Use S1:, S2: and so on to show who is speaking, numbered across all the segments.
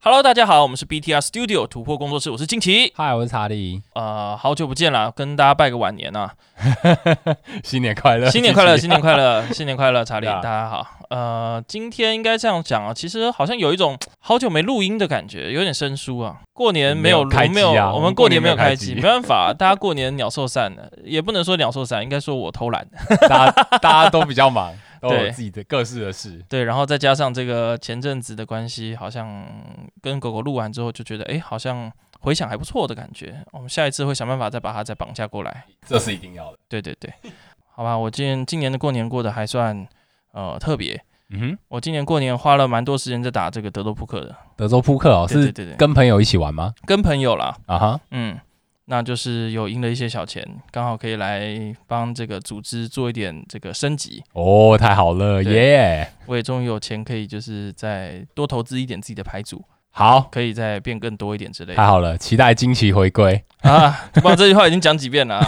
S1: Hello，大家好，我们是 BTR Studio 突破工作室，我是金奇。
S2: 嗨，我是查理，
S1: 呃，好久不见啦，跟大家拜个晚年 啊！
S2: 新年快乐！
S1: 新年快乐，新年
S2: 乐！
S1: 快乐， 新年快乐，查理，
S2: 对啊
S1: 大家好。呃，今天应该这样讲啊，其实好像有一种好久没录音的感觉，有点生疏啊。过年没有，
S2: 没有开
S1: 我没有，
S2: 机啊
S1: 我
S2: 我
S1: 们
S2: 们
S1: 过
S2: 过
S1: 年
S2: 年
S1: 没有
S2: 没有
S1: 开
S2: 开
S1: 机，
S2: 机
S1: 没办法， 大家过年鸟兽散了，也不能说鸟兽散，应该说我偷懒。啊
S2: 大 家大家都比较忙，都
S1: 对
S2: 有自己的各式的事。
S1: 对，然后再加上这个前阵子的关系，好像跟狗狗录完之后就觉得，哎，好像回想还不错的感觉。我们下一次会想办法再把它再绑架过来。
S2: 这是一定要的。
S1: 对对对，好吧，我今年今年的过年过得还算呃特别。
S2: 嗯
S1: 我今年过年花了蛮多时间在打这个德州扑克的，
S2: 哼，德州扑克哦，
S1: 对对
S2: 是
S1: 对对，
S2: 跟朋友一起玩吗？
S1: 跟朋友啦，
S2: 啊哈，
S1: 嗯，那就是有赢了一些小钱，刚好可以来帮这个组织做一点这个升级。
S2: 哦，太好了
S1: 对
S2: 耶！
S1: 我也终于有钱可以就是再多投资一点自己的牌组，
S2: 好，
S1: 可以再变更多一点之类
S2: 太
S1: 的
S2: 好了，期待惊奇回归，
S1: 啊。不然这句话已经讲几遍了啊，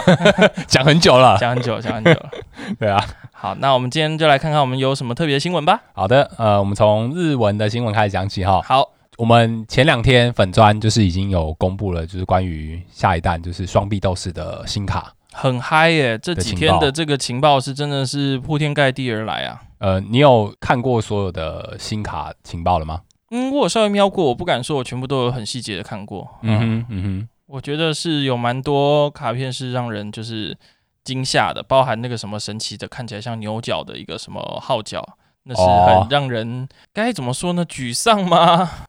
S2: 讲很久了。
S1: 讲很久，讲很久了。
S2: 对啊，
S1: 好，那我们今天就来看看我们有什么特别的新闻吧。
S2: 好的，呃，我们从日文的新闻开始讲起哈。
S1: 好，
S2: 我们前两天粉砖就是已经有公布了，就是关于下一弹就是双臂斗士的新卡。
S1: 很嗨耶！这
S2: 的
S1: 几
S2: 情
S1: 天的
S2: 报
S1: 这个情报是真的是铺天盖地而来啊。
S2: 呃，你有看过所有的新卡情报了吗？
S1: 嗯，我有稍微瞄过，我不敢说我全部都有很细节的看过。
S2: 嗯
S1: 嗯，
S2: 哼，嗯哼。
S1: 我觉得是有蛮多卡片是让人就是惊吓的，包含那个什么神奇的，看起来像牛角的一个什么号角，那是
S2: 哦
S1: 很让人该怎么说呢？沮丧吗？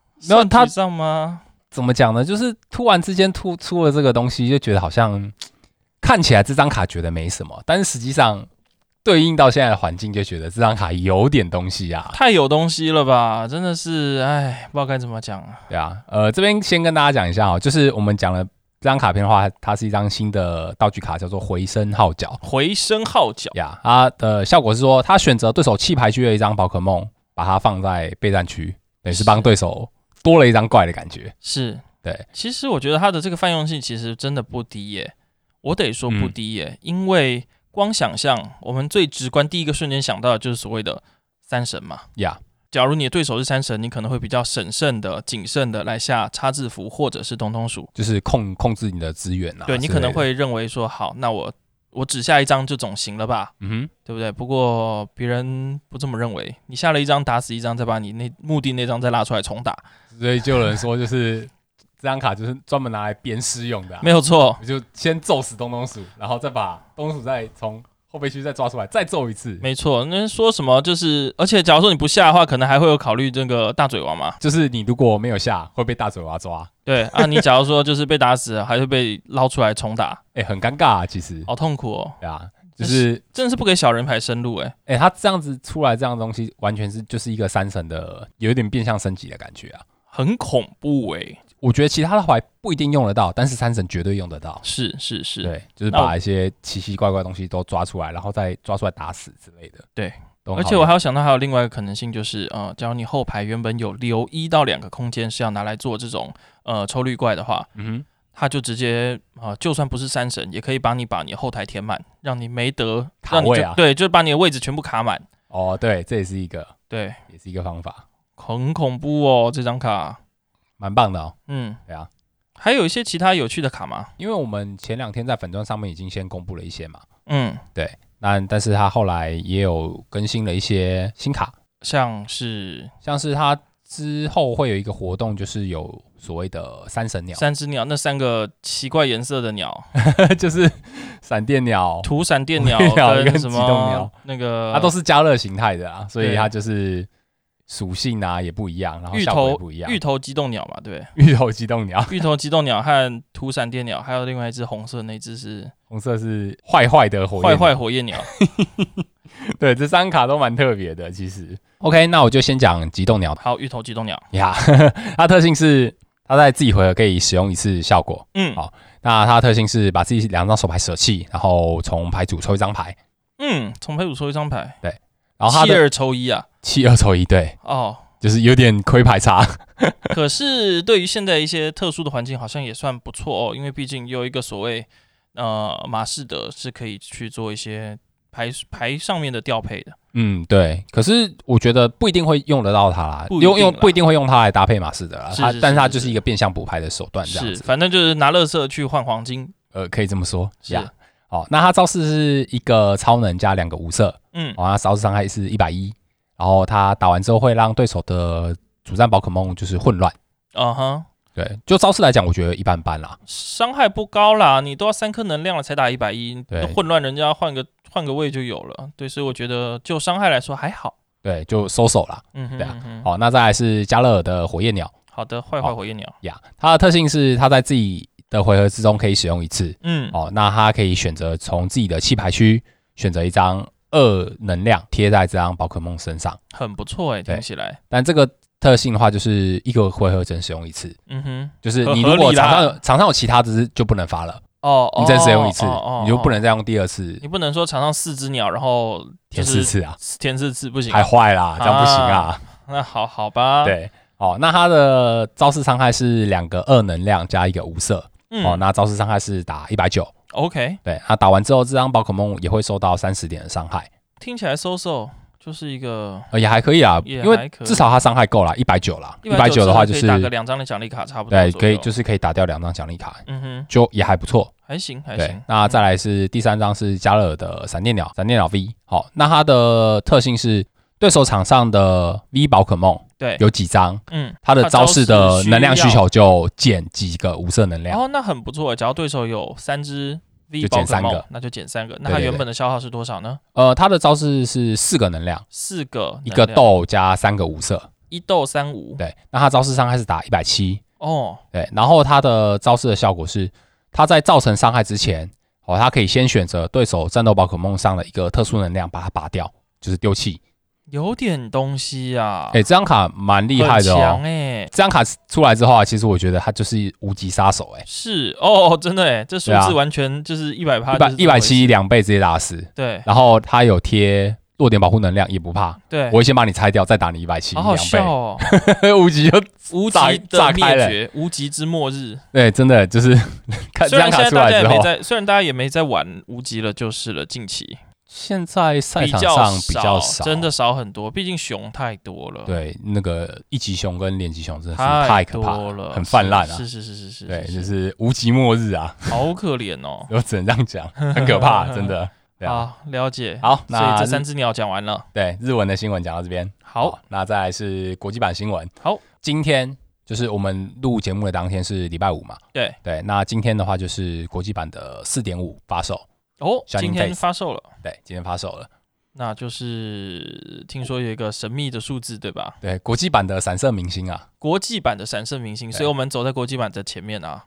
S2: 没有
S1: 算
S2: 它
S1: 沮丧吗？
S2: 怎么讲呢？就是突然之间突出了这个东西，就觉得好像看起来这张卡觉得没什么，但是实际上对应到现在的环境，就觉得这张卡有点东西啊。
S1: 太有东西了吧！真的是，哎，不知道该怎么讲啊。
S2: 对啊，呃，这边先跟大家讲一下哦，就是我们讲了这张卡片的话，它是一张新的道具卡，叫做回声号角
S1: 回声号角，
S2: 呀。它的效果是说，它选择对手弃牌区的一张宝可梦，把它放在备战区，等于是帮
S1: 是
S2: 对手多了一张怪的感觉。
S1: 是，
S2: 对。
S1: 其实我觉得它的这个泛用性其实真的不低耶，我得说不
S2: 嗯
S1: 低耶，因为光想象，我们最直观第一个瞬间想到的就是所谓的三神嘛。
S2: 呀
S1: 假如你的对手是三神，你可能会比较审慎的、谨慎的来下叉字符或者是通通鼠，
S2: 就是控控制你的资源啊之类的。
S1: 对你可能会认为说，好，那我我只下一张就总行了吧，
S2: 嗯哼。
S1: 对不对？不过别人不这么认为，你下了一张打死一张，再把你那目的那张再拉出来重打，
S2: 所以就有人说，就是这张卡就是专门拿来鞭尸用的、啊，
S1: 没有错，
S2: 就先揍死东东鼠，然后再把东东鼠再从后备区再抓出来，再揍一次，
S1: 没错，那说什么就是，而且假如说你不下的话，可能还会有考虑这个大嘴王嘛。
S2: 就是你如果没有下，会被大嘴巴抓，
S1: 对啊，你假如说就是被打死，还会被捞出来重打，
S2: 哎、很尴尬啊，其实，
S1: 好痛苦哦，
S2: 对啊，就是
S1: 真的是不给小人牌生路哎、
S2: 哎、他这样子出来这样的东西，完全是就是一个三神的，有一点变相升级的感觉啊。
S1: 很恐怖哎、
S2: 我觉得其他的牌不一定用得到，但是三神绝对用得到。
S1: 是是是，
S2: 对，就是
S1: 那我
S2: 把一些奇奇怪怪的东西都抓出来，然后再抓出来打死之类的。
S1: 对
S2: 都很
S1: 而
S2: 好用，
S1: 且我还有想到还有另外一个可能性就是，呃，假如你后排原本有留一到两个空间是要拿来做这种呃抽绿怪的话，
S2: 嗯哼。
S1: 它就直接啊、呃就算不是三神，也可以帮你把你后台填满，让你没得
S2: 卡
S1: 让你就
S2: 位啊
S1: 对，就把你的位置全部卡满，
S2: 哦，对，这也是一个，
S1: 对。
S2: 也是一个方法，
S1: 很恐怖哦，这张卡。
S2: 蛮棒的哦。
S1: 嗯，
S2: 对啊，
S1: 还有一些其他有趣的卡吗？
S2: 因为我们前两天在粉砖上面已经先公布了一些嘛，
S1: 嗯，
S2: 那但是它后来也有更新了一些新卡，
S1: 像是
S2: 像是它之后会有一个活动，就是有所谓的三神鸟，哦
S1: 三只鸟，那三个奇怪颜色的鸟，
S2: 就是闪电鸟，
S1: 土闪电鸟
S2: 火 鸟跟
S1: 什
S2: 机动
S1: 么
S2: 鸟啊
S1: 那个，
S2: 它都是加热形态的啊，所
S1: 对
S2: 以它就是属性啊也不一样，然后
S1: 芋
S2: 效果也
S1: 头
S2: 不一样
S1: 芋。头机动鸟嘛，对不 对？
S2: 芋头机动鸟，
S1: 芋头机动鸟和土闪电鸟，还有另外一只红色那只是
S2: 红色是坏坏的火焰
S1: 坏
S2: 鸟
S1: 坏火焰鸟。
S2: 对，这三卡都蛮特别的，其实。OK，那我就先讲机动鸟
S1: 好，芋头机动鸟，
S2: 呀， 它特性是它在自己回合可以使用一次效果。
S1: 嗯
S2: 好那它的特性是把自己两张手牌舍弃，然后从牌组抽一张牌，
S1: 嗯，从牌组抽一张牌，
S2: 然后它
S1: 弃
S2: 的
S1: 二抽一啊。
S2: 七二抽一，对，
S1: 哦，
S2: 就是有点亏牌差。
S1: 可是对于现在一些特殊的环境，好像也算不错哦，因为毕竟有一个所谓呃马士德是可以去做一些牌牌上面的调配的。
S2: 嗯，对。可是我觉得不一定会用得到它啦，
S1: 不一定
S2: 用用
S1: 啦
S2: 不一定会用它来搭配马氏德啦。
S1: 是
S2: 它
S1: 是
S2: 但是它
S1: 是
S2: 就是
S1: 是
S2: 一个变相补牌的手段，这样
S1: 是，
S2: 子。
S1: 反正就是拿乐色去换黄金。
S2: 呃，可以这么说。
S1: 是
S2: 呀好，那它招式是一个超能加两个无色，
S1: 嗯，
S2: 哦，它招式伤害是一百一，然后它打完之后会让对手的主战宝可梦就是混乱。
S1: 啊哈，
S2: 对，就招式来讲，我觉得一般般啦。
S1: 伤害不高啦，你都要三颗能量了才打一百一
S2: 对，
S1: 混乱人家换个换个位就有了。对，所以我觉得就伤害来说还好。
S2: 对，就收手啦。
S1: 嗯哼，
S2: 对啊
S1: 嗯哼，
S2: 好，那再来是加勒尔的火焰鸟
S1: 好的，坏坏火焰鸟。
S2: 呀，它的特性是它在自己的回合之中可以使用一次。
S1: 嗯，
S2: 哦，那它可以选择从自己的弃牌区选择一张二能量贴在这张宝可梦身上，
S1: 很不错哎，
S2: 对
S1: 听起来。
S2: 但这个特性的话，就是一个回合只能使用一次。
S1: 嗯哼，
S2: 就是
S1: 合
S2: 你如果
S1: 合理啦
S2: 场上有场上有其他只就不能发了，
S1: 哦，
S2: 你只能使用一次
S1: 哦哦，
S2: 你就不，
S1: 哦
S2: 能再用第二次
S1: 你、不能说场上四只鸟，然后
S2: 第
S1: 就
S2: 四
S1: 是
S2: 次啊，
S1: 填四次不行。
S2: 太坏啦，这样不行啊。
S1: 那好好吧。，
S2: 对，哦，那它的招式伤害是两个二能量加一个无色，
S1: 嗯，
S2: 哦，那招式伤害是打一百九，
S1: OK，
S2: 对，那打完之后这张宝可梦也会受到三十点的伤害，
S1: 听起来 so so 就是一个
S2: 呃，也还可以啊，
S1: 也
S2: 因为
S1: 还可以
S2: 至少它伤害够啦，一百九啦，一百
S1: 190
S2: 九的话就
S1: 可以打个
S2: 是
S1: 两张的奖励卡，差不多。，
S2: 对，可以就是是可以打掉两张奖励卡，
S1: 嗯哼，
S2: 就也还不错。
S1: 还行还
S2: 对
S1: 行。，嗯
S2: 那再来是第三张是加勒尔的闪电鸟，闪电鸟 V。好，那它的特性是对手场上的 V 宝可梦
S1: 对，
S2: 有几张，
S1: 嗯，
S2: 它的招式的能量需
S1: 需要
S2: 求就减几个无色能量，
S1: 哦，那很不错。只要对手有三只 V
S2: 啊就
S1: 宝
S2: 减
S1: 可
S2: 三个
S1: 梦，那就减三个。那
S2: 对
S1: 它
S2: 对
S1: 原本的消耗是多少呢？
S2: 呃，它的招式是四个能量，
S1: 四个能量，
S2: 一个豆加三个无色。
S1: 一斗三五。
S2: 对，那它招式伤害是打一百七，
S1: 哦，
S2: 对，然后它的招式的效果是，它在造成伤害之前，哦，它可以先选择对手战斗宝可梦上的一个特殊能量，把它拔掉，就是丢弃。
S1: 有点东西啊
S2: 哎、，这张卡蛮厉害的
S1: 很
S2: 哦
S1: 强。哎。
S2: 这张卡出来之后啊，其实我觉得它就是无极杀手、欸，
S1: 是哦，真的哎，这数
S2: 对啊
S1: 字完全就是一百趴，
S2: 一百
S1: 就是
S2: 一
S1: 这么
S2: 百
S1: 回事
S2: 七两倍直接打死，
S1: 对
S2: 然后它有贴弱点保护能量，也不怕，
S1: 对，
S2: 我会先把你拆掉，再打你一百七
S1: 好好
S2: 两
S1: 笑哦，
S2: 倍， 无极就
S1: 无极
S2: 炸炸
S1: 的灭
S2: 开了
S1: 绝，无极之末日。
S2: 对，真 的就是看
S1: 虽
S2: 这
S1: 然现
S2: 张卡
S1: 在
S2: 出
S1: 大家
S2: 来
S1: 也
S2: 之
S1: 没
S2: 后，
S1: 在，虽然大家也没在玩无极了，就是了，近期
S2: 现在赛
S1: 比
S2: 场
S1: 较
S2: 上比较少，
S1: 真的少很多，毕竟熊太多了，，
S2: 对那个一级熊跟连级熊真的是
S1: 太
S2: 太可怕
S1: 多了，
S2: 很泛滥啊
S1: 是是是是是，
S2: 对，就是无极末日啊，
S1: 好可怜哦。
S2: 我只能这样 讲，很可怕，真的。 对啊，
S1: 好，了解。
S2: 好，
S1: 所以
S2: 那
S1: 这
S2: 日
S1: 三只鸟讲完了。
S2: 对日文的新闻讲到这边。
S1: 好，，
S2: 那再来是国际版新闻。
S1: 好，
S2: 今天就是我们录节目的当天是礼拜五嘛？
S1: 对，
S2: 对，那今天的话就是国际版的四点五发售。
S1: 哦，
S2: Shining
S1: 今天
S2: Face
S1: 发售了，
S2: 对，今天发售了。
S1: 那就是听说有一个神秘的数字，对吧？
S2: 对，国际版的散射明星啊，
S1: 国际版的闪射明星，
S2: 对
S1: 所以我们走在国际版的前面啊。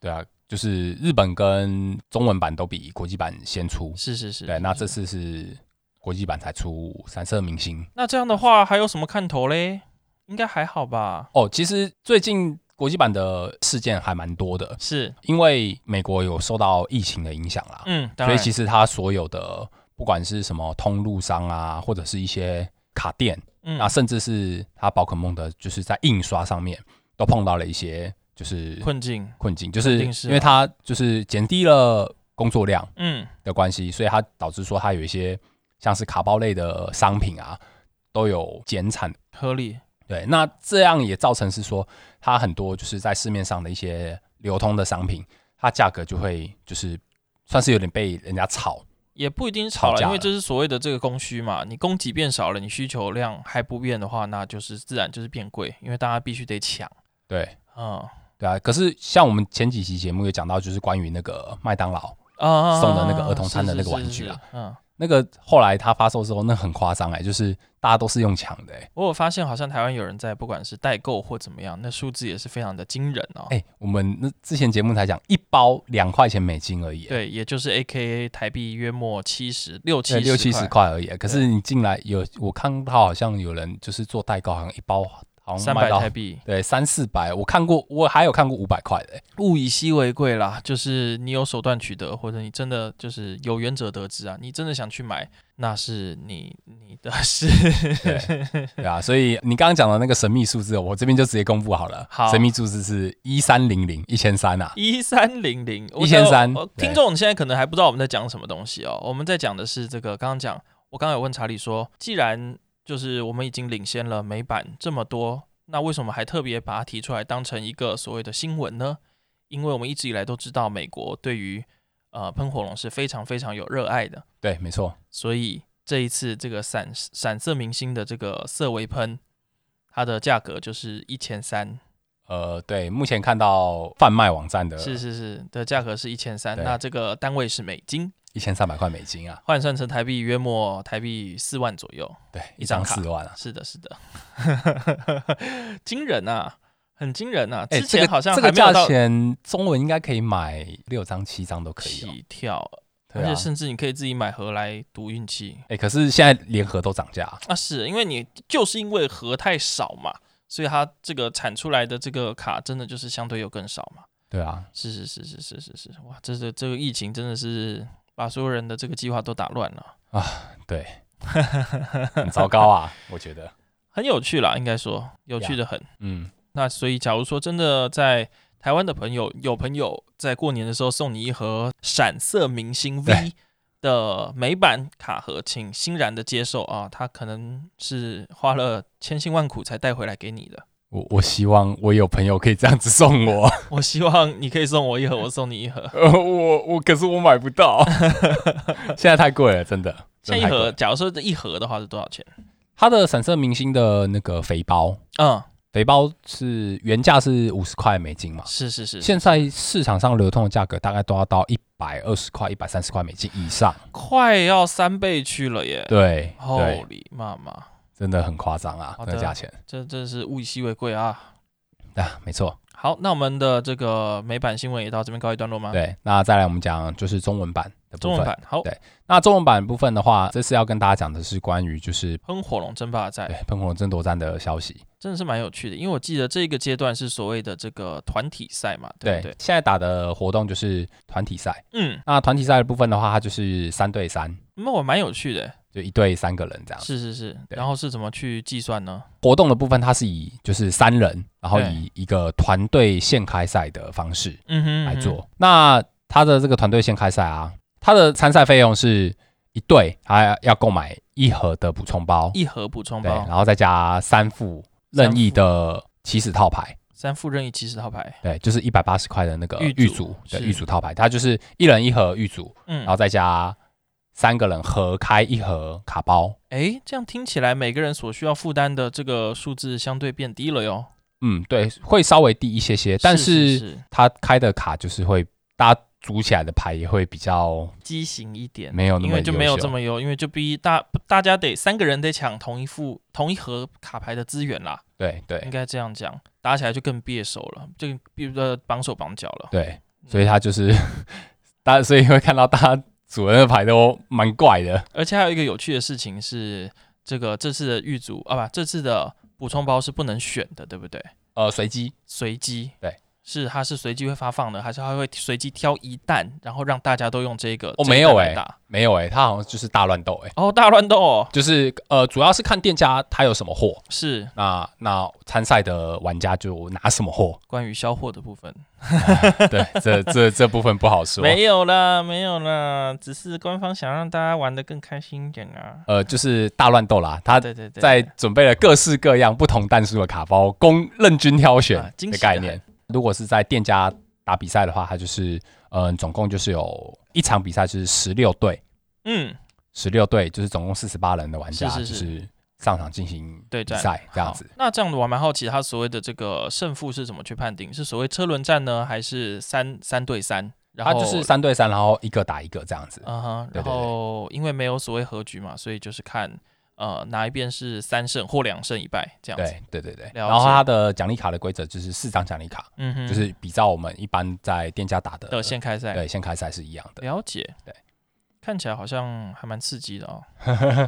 S2: 对啊，就是日本跟中文版都比国际版先出。
S1: 是是是。
S2: 对，啊那
S1: 是
S2: 这次是国际版才出散射明星。
S1: 那这样的话还有什么看头嘞？应该还好吧？
S2: 哦，其实最近国际版的事件还蛮多的，
S1: 是，
S2: 因为美国有受到疫情的影响啦。
S1: 嗯，当
S2: 所以
S1: 然，
S2: 其实它所有的不管是什么通路商啊，或者是一些卡店，
S1: 嗯
S2: 那甚至是它宝可梦的，就是在印刷上面都碰到了一些就是
S1: 困境，
S2: 困境，就
S1: 肯
S2: 是
S1: 定是啊
S2: 因为它就是减低了工作量
S1: 嗯，
S2: 的关系，所以它导致说它有一些像是卡包类的商品啊都有减产。
S1: 合理，
S2: 对，那这样也造成是说，它很多就是在市面上的一些流通的商品，它价格就会就是算是有点被人家炒，
S1: 也不一定是少
S2: 吵
S1: 了，
S2: 架
S1: 因为这是所谓的这个供需嘛。你供给变少了，你需求量还不变的话，那就是自然就是变贵，因为大家必须得抢。
S2: 对
S1: 嗯
S2: 对啊，可是像我们前几期节目有讲到，就是关于那个麦当劳
S1: 啊，
S2: 送的那个儿童餐的那个玩具
S1: 是，是
S2: 啊
S1: 是是嗯。
S2: 那个，后来它发售之后，那很夸张哎，就是大家都是用抢的哎、
S1: 我有发现，好像台湾有人在不管是代购或怎么样，那数字也是非常的惊人哦。
S2: 哎、我们那之前节目才讲一包两块钱美金而已、哎
S1: 对，也就是 A K A 台币约莫七十六七
S2: 对，六七十
S1: 块，
S2: 块而已、哎可是你进来有我看到好像有人就是做代购，好像一包好像
S1: 三
S2: 卖
S1: 百
S2: 到
S1: 台币，
S2: 对三四百，我看过，我还有看过五百块的、欸
S1: 物以稀为贵啦，就是你有手段取得，或者你真的就是有缘者得之啊，你真的想去买，那是你你的事。
S2: 对对啊，所以你刚刚讲的那个神秘数字哦，我这边就直接公布好了。
S1: 好
S2: 神秘数字是一三零零一千三啊，
S1: 一三零零，我
S2: 1300
S1: 我
S2: 对
S1: 听众现在可能还不知道我们在讲什么东西哦，我们在讲的是这个，刚刚讲，我刚刚有问查理说，既然就是我们已经领先了美版这么多，那为什么还特别把它提出来当成一个所谓的新闻呢？因为我们一直以来都知道美国对于呃喷火龙是非常非常有热爱的，
S2: 对，没错，
S1: 所以这一次这个闪闪色明星的这个色维喷，它的价格就是一千三，
S2: 呃，对，目前看到贩卖网站的
S1: 是是是的价格是一千三，
S2: 呃对
S1: 那这个单位是美金，
S2: 一千三百块美金啊，
S1: 换算成台币约莫台币四万左右。
S2: 对，
S1: 一
S2: 一
S1: 张
S2: 张
S1: 卡
S2: 四万啊。
S1: 是的，是的， 惊人啊，很惊人啊！
S2: 哎、
S1: 之
S2: 这
S1: 前
S2: 个
S1: 好像
S2: 这
S1: 还
S2: 个
S1: 没有
S2: 价
S1: 到
S2: 钱，中文应该可以买六张、七张都可以、哦。
S1: 起跳，
S2: 对
S1: 而
S2: 啊
S1: 且，甚至你可以自己买盒来赌运气。
S2: 哎、可是现在联合都涨价啊、
S1: 啊，是因为你就是因为盒太少嘛，所以它这个产出来的这个卡真的就是相对又更少嘛。
S2: 对啊，
S1: 是是是是是是是，哇，这这这个疫情真的是把所有人的这个计划都打乱了，
S2: 对，很糟糕啊， 我觉得。
S1: 很有趣啦，应该说有趣
S2: Yeah
S1: 的很。
S2: 嗯，
S1: 那所以，假如说真的在台湾的朋友有朋友在过年的时候送你一盒闪色明星 V
S2: 对
S1: 的美版卡盒，请欣然的接受啊，他可能是花了千辛万苦才带回来给你的。
S2: 我我希望我有朋友可以这样子送我，
S1: 我希望你可以送我一盒，我送你一盒。
S2: 呃， 我我可是我买不 到，现在太贵了，真的。
S1: 这
S2: 真
S1: 一
S2: 的太贵
S1: 盒，
S2: 了
S1: 假如说这一盒的话是多少钱？
S2: 它的闪色明星的那个肥包，
S1: 嗯，
S2: 肥包是原价是五十块美金嘛，
S1: 是是是，
S2: 现在市场上流通的价格大概都要到一百二十块、一百三十块美金以上。
S1: 快要三倍去了耶。
S2: 对对，
S1: Holy 妈妈，
S2: 真哦的很夸张啊，
S1: 好的
S2: 那个价钱
S1: 这真是物以稀为贵啊！
S2: 啊，没错。
S1: 好，那我们的这个美版新闻也到这边告一段落吗？，
S2: 对，那再来我们讲就是啊中文版的部
S1: 中文
S2: 分。
S1: 版好，
S2: 对那中文版部分的话，这次要跟大家讲的是关于就是
S1: 喷火龙争霸
S2: 对
S1: 赛
S2: 哎喷火龙争夺战的消息。
S1: 真的是蛮有趣的，因为我记得这个阶段是所谓的这个团体赛嘛，对不对？
S2: 现在打的活动就是团体赛。
S1: 嗯，
S2: 那团体赛的部分的话，它就是三对三，
S1: 那我蛮有趣的，
S2: 就一队三个人这样。
S1: 是是是。
S2: 对
S1: 然后是怎么去计算呢？
S2: 活动的部分，它是以就是三人，然后
S1: 对
S2: 以一个团队现开赛的方式
S1: 嗯哼，嗯
S2: 来
S1: 哼
S2: 做。那它的这个团队现开赛啊，它的参赛费用是一队，它要购买一盒的补充包，
S1: 一盒补充
S2: 对，
S1: 包，
S2: 然后再加三副任意的起始套牌，
S1: 三副任意起始套牌，
S2: 对，就是一百八十块的那个
S1: 玉
S2: 玉
S1: 组
S2: 组对
S1: 是
S2: 玉组套牌，它就是一人一盒玉组，
S1: 嗯
S2: 然，后再加三个人合开一盒卡包。
S1: 诶，这样听起来每个人所需要负担的这个数字相对变低了哟。
S2: 嗯，对，会稍微低一些些，但
S1: 是
S2: 是它开的卡就是会，大家组起来的牌也会比较
S1: 畸形一点，
S2: 没有那
S1: 因
S2: 么
S1: 为就没有
S2: 优秀
S1: 这么优，因为就逼大大家得三个人得抢同一副同一盒卡牌的资源啦，
S2: 对
S1: 应
S2: 对
S1: 该这样讲，打起来就更别手了，这个比如说绑手绑脚了。
S2: 对，所以它就是， 大家所以会看到大家组人的牌都蛮怪的，
S1: 而且还有一个有趣的事情是，这个这次的预组啊，不，这次的补充包是不能选的，对不对？
S2: 呃，随机
S1: 随机
S2: 对。
S1: 是，它是随机会发放的，还是它会随机挑一弹，然后让大家都用这个？
S2: 哦
S1: 这一
S2: 没有
S1: 弹来
S2: 欸
S1: 打
S2: 没有诶、它好像就是大乱斗诶、欸
S1: 哦，大乱斗哦，
S2: 就是呃，主要是看店家他有什么货，
S1: 是
S2: 那那参赛的玩家就拿什么货，
S1: 关于销货的部分。
S2: 对，这这这部分不好 说，
S1: 没有啦，没有啦，只是官方想让大家玩的更开心一点啊。
S2: 呃，就是大乱斗啦，他
S1: 对对对，
S2: 呃在
S1: 对
S2: 准备了各式各样不同弹数的卡包，供任君挑选
S1: 啊惊喜
S2: 的
S1: 的
S2: 概念。如果是在店家打比赛的话，它就是嗯、呃，总共就是有一场比赛就是十六队，
S1: 嗯，
S2: 十六队就是总共四十八人的玩家，
S1: 是是是
S2: 就是上场进行
S1: 对
S2: 比
S1: 战
S2: 赛这样子
S1: 好。那这样子我还蛮好奇，他所谓的这个胜负是怎么去判定？是所谓车轮战呢，还是三三对三？然
S2: 它
S1: 后
S2: 就是，三对三，然后一个打一个这样子。
S1: 嗯哼，
S2: 对对
S1: 然
S2: 对
S1: 后因为没有所谓和局嘛，所以就是看呃哪一边是三胜或两胜一败这样子。
S2: 对对对对，
S1: 解
S2: 然后它的奖励卡的规则就是四张奖励卡，
S1: 嗯哼，
S2: 就是比照我们一般在店家打的
S1: 的现开赛
S2: 呃对现开赛是一样的。
S1: 了解。看起来好像还蛮刺激的哦。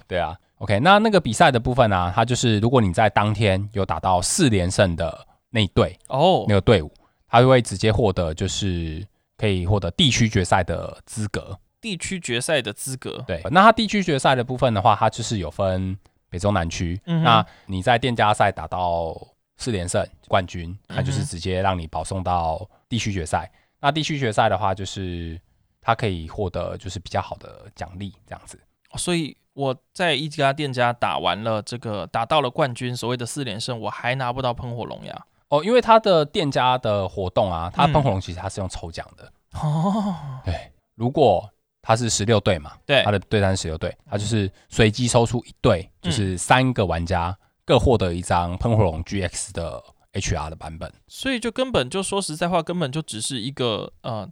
S2: 对啊，OK，那那个比赛的部分呢、啊，它就是如果你在当天有打到四连胜的那一队
S1: 哦
S2: 那，个队伍，它就会直接获得就是可以获得地区决赛的资格。
S1: 地区决赛的资格，
S2: 对，那它地区决赛的部分的话，它就是有分北中南区。
S1: 嗯哼
S2: 那你在店家赛打到四连胜冠军，它就
S1: 嗯
S2: 是
S1: 哼
S2: 直接让你保送到地区决赛。那地区决赛的话，就是它可以获得就是比较好的奖励这样子。
S1: 哦所以我在一家店家打完了这个，打到了冠军，所谓的四连胜，我还拿不到喷火龙呀。
S2: 哦，因为它的店家的活动啊，它
S1: 嗯
S2: 喷火龙其实它是用抽奖的。
S1: 哦，
S2: 对，如果它是十六队嘛，
S1: 对
S2: 它，的对战十六队，它就是随机抽出一队，就是三个玩家各获得一张喷火龙 GX 的 HR 的版本。
S1: 所以就根本就说实在话，根本就只是一个呃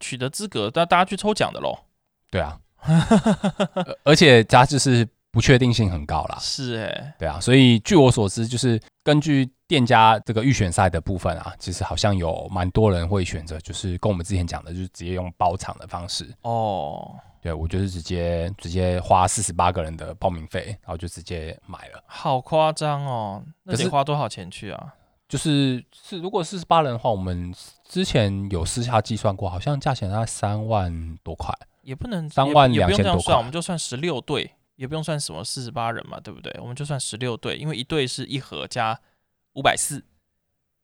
S1: 取得资格，但大家去抽奖的 喽。
S2: 对啊，呃而且它就是不确定性很高啦。
S1: 是哎、
S2: 对啊，所以据我所知，就是根据店家这个预选赛的部分啊，其实好像有蛮多人会选择，就是跟我们之前讲的，就是直接用包场的方式。
S1: 哦，
S2: 对我就是直接直接花四十八个人的报名费，然后就直接买了。
S1: 好夸张哦，那
S2: 可
S1: 得
S2: 是
S1: 花多少钱去啊？
S2: 就是是，如果四十八人的话，我们之前有私下计算过，好像价钱大概三万多块。
S1: 也不能
S2: 3
S1: 也
S2: 万
S1: 也不用这
S2: 2000
S1: 样
S2: 多块
S1: 算，我们就算十六队，也不用算什么四十八人嘛，对不对？我们就算十六队，因为一队是一盒加五百四，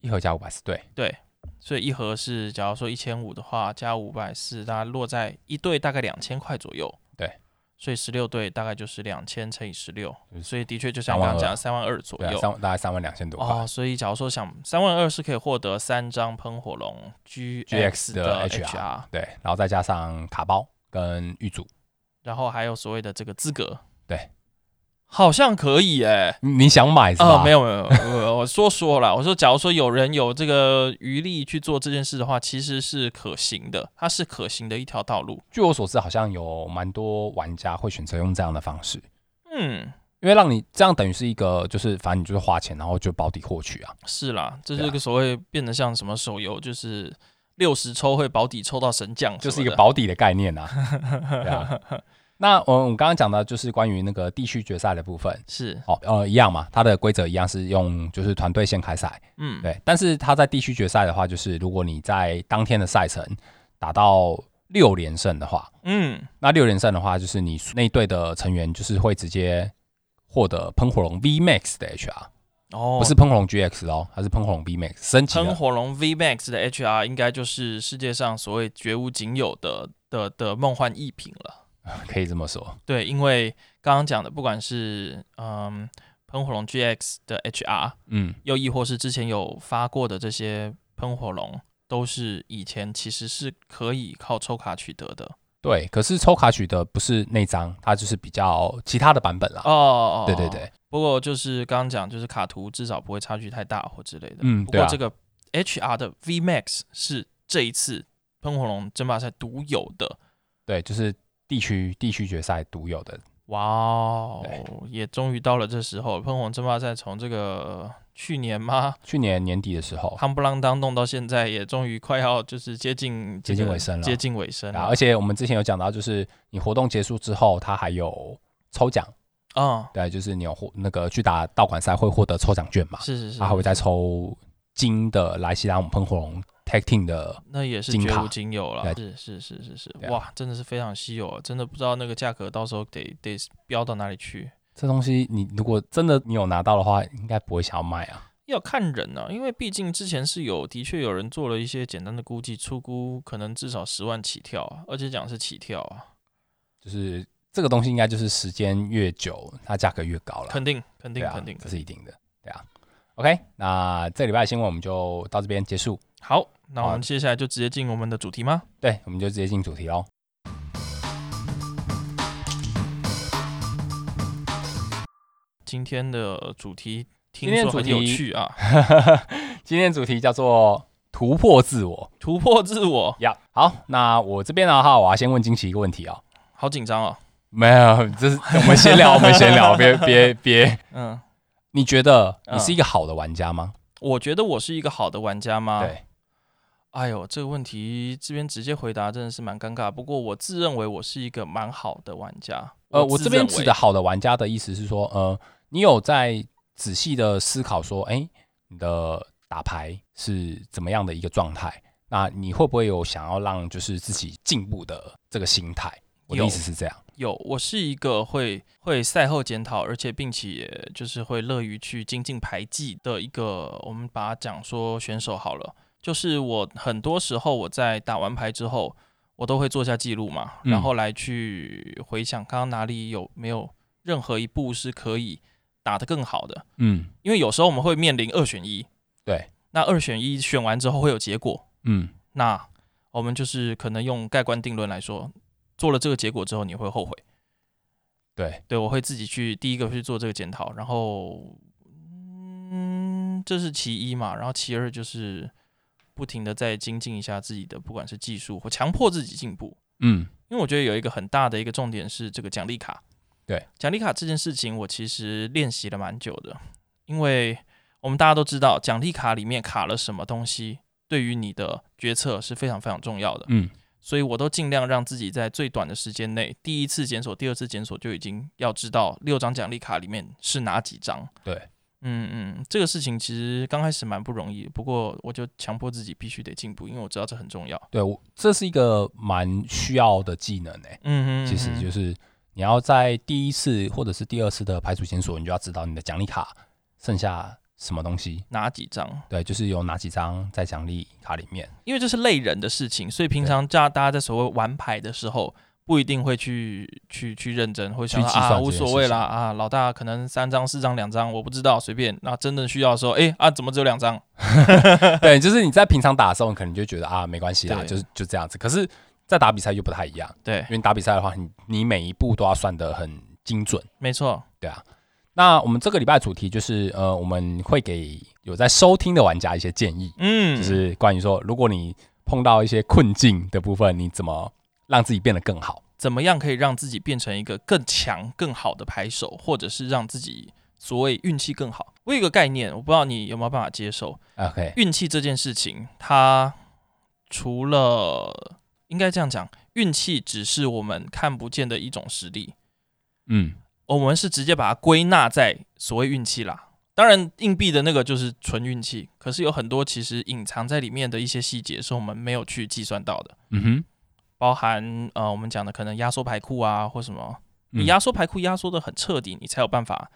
S2: 一盒加五百四，对，
S1: 所以一盒是假如说一千五的话，加五百四，大概落在一队大概两千块左右。
S2: 对，
S1: 所以十六队大概就是两千乘以十六
S2: 就，是
S1: 所以的确就像刚刚讲的三万二左
S2: 对啊，
S1: 右。
S2: 三大概三万两千多块、
S1: 哦，所以假如说想三万二是可以获得三张喷火龙 GX
S2: GX
S1: 的
S2: 的
S1: HR，
S2: 对，然后再加上卡包跟玉组，
S1: 然后还有所谓的这个资格。
S2: 对，
S1: 好像可以哎、
S2: 你你想买是吧？
S1: 啊，没，有没有，没有没有我说说了，我说假如说有人有这个余力去做这件事的话，其实是可行的，它是可行的一条道路。
S2: 据我所知，好像有蛮多玩家会选择用这样的方式，
S1: 嗯，
S2: 因为让你这样等于是一个，就是反正你就是花钱，然后就保底获取啊。
S1: 是啦，这
S2: 对
S1: 是
S2: 啊
S1: 一个所谓变得像什么手游，就是六十抽会保底抽到神将什么的，
S2: 就是一个保底的概 念啊。对啊。那我我们刚刚讲到就是关于那个地区决赛的部分，
S1: 是，
S2: 哦，呃，一样嘛，它的规则一样是用就是团队先开赛，
S1: 嗯，
S2: 对。但是它在地区决赛的话，就是如果你在当天的赛程打到六连胜的话，
S1: 嗯，
S2: 那六连胜的话，就是你那一队的成员就是会直接获得喷火龙 V Max 的 HR，、
S1: 哦，
S2: 不是喷火龙 GX 哦，它是喷火龙 V Max 升级啊
S1: 喷
S2: 的。
S1: 火龙 V Max 的 HR 应该就是世界上所谓绝无仅有的的的梦幻逸品了。
S2: 可以这么说，
S1: 对，因为刚刚讲的，不管是嗯喷火龙 GX 的 HR，
S2: 嗯，
S1: 又亦或是之前有发过的这些喷火龙，都是以前其实是可以靠抽卡取得的。
S2: 对。可是抽卡取的不是那张，它就是比较其他的版本啦。
S1: 哦哦，
S2: 对对。对，
S1: 不过就是刚刚讲，就是卡图至少不会差距太大或之类的。
S2: 嗯
S1: 不
S2: 对
S1: 过
S2: 啊
S1: 这个 HR 的 V Max 是这一次喷火龙争霸赛独有的。
S2: 对，就是地区地区决赛独有的
S1: 哇哦，也终于到了这时候，喷火龙争霸赛从这个去年吗？
S2: 去年年底的时候，
S1: 夯不啷当弄到现在，也终于快要就是接近这个
S2: 接近尾声了
S1: 接近尾声了。
S2: 啊，而且我们之前有讲到，就是你活动结束之后，它还有抽奖，
S1: 嗯，
S2: 对，就是你有获那个去打道馆赛会获得抽奖券嘛，
S1: 是是是
S2: 它，还啊会再抽金的莱西拉姆喷火龙 tag team 的，
S1: 那也是
S2: 金
S1: 绝
S2: 卡
S1: 无仅有了。是是是是是，
S2: 对啊
S1: 哇，真的是非常稀有，啊真的不知道那个价格到时候得得飙到哪里去。
S2: 这东西你如果真的你有拿到的话，应该不会想要卖啊。
S1: 要看人呢、因为毕竟之前是有的确有人做了一些简单的估计，出估可能至少十万起跳啊，而且讲是起跳啊，
S2: 就是这个东西应该就是时间越久，它价格越高了，
S1: 肯定肯定
S2: 对啊
S1: 肯定。
S2: 这是一定的，对啊。OK，那这礼拜的新闻我们就到这边结束，
S1: 好，那我
S2: 好啊
S1: 们接下来就直接进我们的主题吗？
S2: 对，我们就直接进主题喽。
S1: 今天的主题听
S2: 今天
S1: 说
S2: 主
S1: 很有
S2: 题
S1: 趣啊，
S2: 今天主题叫做突破自我
S1: 突破自我，
S2: 呀。好，那我这边的话，我要先问金奇一个问题哦。
S1: 好紧张哦。
S2: 没有，这是我们闲聊，我们闲聊，别别别。
S1: 嗯，
S2: 你觉得
S1: 嗯
S2: 你是一个好的玩家吗？
S1: 啊我觉得我是一个好的玩家吗？，
S2: 对，
S1: 哎呦，这个问题这边直接回答真的是蛮尴尬。不过我自认为我是一个蛮好的玩家。
S2: 呃，我这
S1: 自
S2: 边
S1: 认
S2: 指
S1: 为
S2: 的好的玩家的意思是说，呃，你有在仔细的思考说，哎、你的打牌是怎么样的一个状态？那你会不会有想要让就是自己进步的这个心态？我的
S1: 有
S2: 意思是这样。
S1: 有，我是一个会会赛后检讨，而且并且就是会乐于去精进排技的一个，我们把它讲说选手好了。就是我很多时候我在打完牌之后，我都会做下记录嘛，
S2: 嗯
S1: 然后来去回想刚刚哪里有没有任何一步是可以打得更好的，
S2: 嗯
S1: 因为有时候我们会面临二选一，
S2: 对，
S1: 那二选一选完之后会有结果，
S2: 嗯
S1: 那我们就是可能用盖棺定论来说，做了这个结果之后你会后悔。
S2: 对，
S1: 对，我会自己去第一个去做这个检讨，然后，嗯，这是其一嘛，然后其二就是不停的在精进一下自己的，不管是技术或强迫自己进步，
S2: 嗯
S1: 因为我觉得有一个很大的一个重点是这个奖励卡。
S2: 对，
S1: 奖励卡这件事情，我其实练习了蛮久的，因为我们大家都知道，奖励卡里面卡了什么东西，对于你的决策是非常非常重要的。
S2: 嗯
S1: 所以我都尽量让自己在最短的时间内，第一次检索、第二次检索就已经要知道六张奖励卡里面是哪几张。
S2: 对，
S1: 嗯嗯，这个事情其实刚开始蛮不容易，不过我就强迫自己必须得进步，因为我知道这很重要。
S2: 对，我这是一个蛮需要的技能诶、
S1: 嗯嗯，
S2: 其实
S1: 嗯
S2: 就是你要在第一次或者是第二次的排除检索，你就要知道你的奖励卡剩下什么东西。
S1: 哪几张，
S2: 对，就是有哪几张在奖励卡里面。
S1: 因为这是累人的事情，所以平常大大家在所谓玩牌的时候。不一定会去去去认真，会想
S2: 去
S1: 到
S2: 计算
S1: 啊
S2: 这
S1: 无
S2: 件
S1: 所
S2: 事
S1: 谓
S2: 情
S1: 啦啊，老大可能三张四张两张我不知道随便，那真的需要的时候，哎啊怎么只有两 张？
S2: 对，就是你在平常打的时候，你可能就觉得啊没关系啦，
S1: 对
S2: 就是就这样子。可是，在打比赛就不太一样，
S1: 对
S2: 因，为你打比赛的话，你你每一步都要算得很精准。
S1: 没错，
S2: 那我们这个礼拜的主题就是呃，我们会给有在收听的玩家一些建议，
S1: 嗯，
S2: 就是关于说，如果你碰到一些困境的部分，你怎么让自己变得更好？
S1: 怎么样可以让自己变成一个更强、更好的牌手，或者是让自己所谓运气更好。我有一个概念，我不知道你有没有办法接受
S2: OK，
S1: 运气这件事情。它除了应该这样讲，运气只是我们看不见的一种实力，
S2: 嗯，
S1: 我们是直接把它归纳在所谓运气啦。当然，硬币的那个就是纯运气，可是有很多其实隐藏在里面的一些细节是我们没有去计算到的，
S2: 嗯哼，
S1: 包含呃我们讲的可能压缩牌库啊，或什么
S2: 嗯
S1: 你压缩牌库压缩的很彻底，你才有办法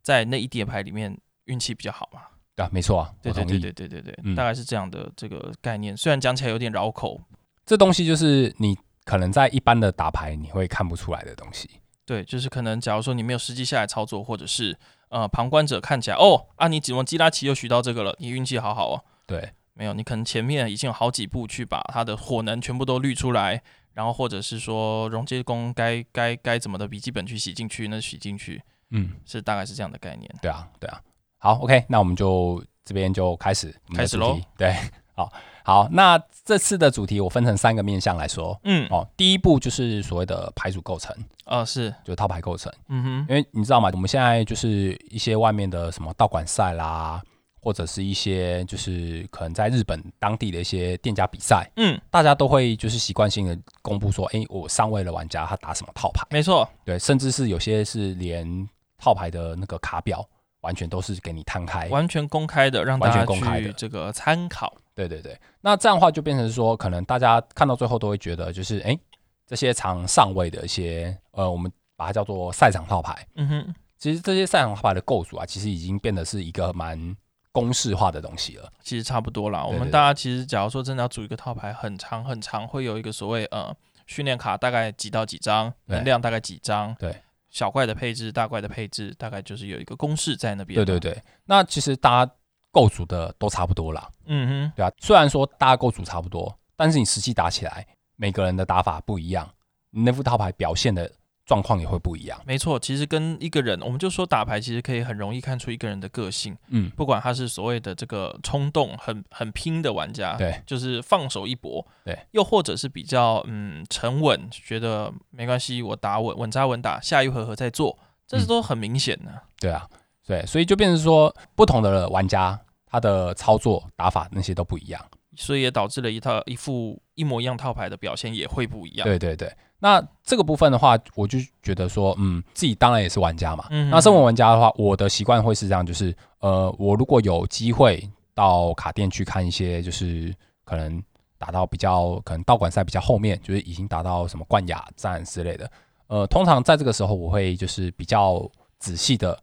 S1: 在那一叠牌里面运气比较好嘛。
S2: 对啊，没错啊，
S1: 对
S2: 我
S1: 对
S2: 同
S1: 对
S2: 意
S1: 对对对对，
S2: 嗯
S1: 大概是这样的这个概念。虽然讲起来有点绕口，
S2: 这东西就是你可能在一般的打牌你会看不出来的东西。
S1: 对，就是可能假如说你没有实际下来操作，或者是呃旁观者看起来哦啊你怎么基拉奇又许到这个了，你运气好好哦。
S2: 对，
S1: 没有，你可能前面已经有好几步去把它的火能全部都滤出来，然后或者是说溶接工该该该怎么的笔记本去洗进去，那洗进去
S2: 嗯，
S1: 是大概是这样的概念。
S2: 对啊，对啊。好，OK，那我们就这边就开始我们的
S1: 开始
S2: 主题
S1: 咯。
S2: 对，好好，那这次的主题我分成三个面向来说。
S1: 嗯，
S2: 哦，第一步就是所谓的牌组构成，
S1: 啊是，
S2: 就是套牌构成。
S1: 嗯哼，
S2: 因为你知道吗？我们现在就是一些外面的什么道馆赛啦，或者是一些就是可能在日本当地的一些店家比赛，
S1: 嗯，
S2: 大家都会就是习惯性的公布说，哎、我上位的玩家他打什么套牌，
S1: 没错，
S2: 对，甚至是有些是连套牌的那个卡表完全都是给你摊开，
S1: 完全公开的，让大
S2: 哎完
S1: 家
S2: 全公开
S1: 去
S2: 的
S1: 这个参考。
S2: 对对对。那这样的话就变成说，可能大家看到最后都会觉得，就是哎、诶这些常上位的一些呃，我们把它叫做赛场套牌，
S1: 嗯哼，
S2: 其实这些赛场牌的构筑啊，其实已经变得是一个蛮公式化的东西了。
S1: 其实差不多啦。我
S2: 对
S1: 们
S2: 对
S1: 大家其实假如说真的要组一个套牌，很长很长，会有一个所谓呃训练卡，大概几到几张，
S2: 对
S1: 能量大概几张，
S2: 对，
S1: 小怪的配置、大怪的配置，大概就是有一个公式在那边。
S2: 对对，对，那其实大家构筑的都差不多啦，
S1: 嗯哼，
S2: 对啊。虽然说大家构筑差不多，但是你实际打起来，每个人的打法不一样，你那副套牌表现的状况也会不一样。
S1: 没错。其实跟一个人，我们就说打牌，其实可以很容易看出一个人的个性，
S2: 嗯，
S1: 不管他是所谓的这个冲动、很很拼的玩家，
S2: 对，
S1: 就是放手一搏，
S2: 对，
S1: 又或者是比较嗯沉稳，觉得没关系，我打稳稳扎稳打，下一回合再做，这是
S2: 嗯
S1: 都很明显的、
S2: 对啊，对，所以就变成说，不同的玩家他的操作打法那些都不一样。
S1: 所以也导致了一套一副一模一样套牌的表现也会不一样。
S2: 对对对。那这个部分的话，我就觉得说，嗯，自己当然也是玩家嘛。
S1: 嗯哼
S2: 那身为玩家的话，我的习惯会是这样，就是呃，我如果有机会到卡店去看一些，就是可能打到比较可能道馆赛比较后面，就是已经打到什么冠亚战之类的。呃，通常在这个时候，我会就是比较仔细的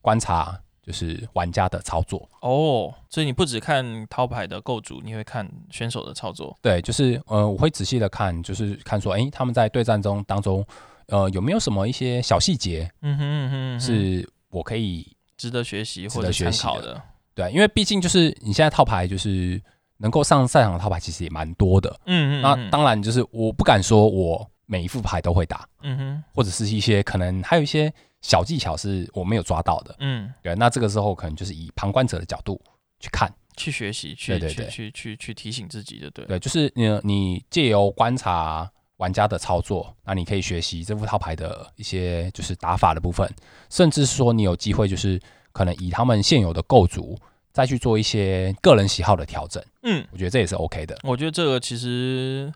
S2: 观察，就是玩家的操作。
S1: 哦，所以你不只看套牌的构筑，你会看选手的操作。
S2: 对，就是呃，我会仔细的看，就是看说，诶，他们在对战中当中，呃，有没有什么一些小细节
S1: 嗯哼嗯哼嗯哼，
S2: 是我可以
S1: 值得学习
S2: 值
S1: 或
S2: 得
S1: 者
S2: 学
S1: 参
S2: 习
S1: 考
S2: 的
S1: 的。
S2: 对，啊因为毕竟就是你现在套牌就是能够上赛场的套牌其实也蛮多的。
S1: 嗯嗯，
S2: 那
S1: 嗯
S2: 当然就是我不敢说我每一副牌都会打，
S1: 嗯哼
S2: 或者是一些可能还有一些小技巧是我没有抓到的。
S1: 嗯，
S2: 对，那这个时候可能就是以旁观者的角度去看，
S1: 去学习，去
S2: 对对对
S1: 去去去去提醒自己，就对了。
S2: 对，就是你你借由观察玩家的操作，那你可以学习这副套牌的一些就是打法的部分，甚至是说你有机会就是可能以他们现有的构筑再去做一些个人喜好的调整，
S1: 嗯，
S2: 我觉得这也是 OK 的。
S1: 我觉得这个其实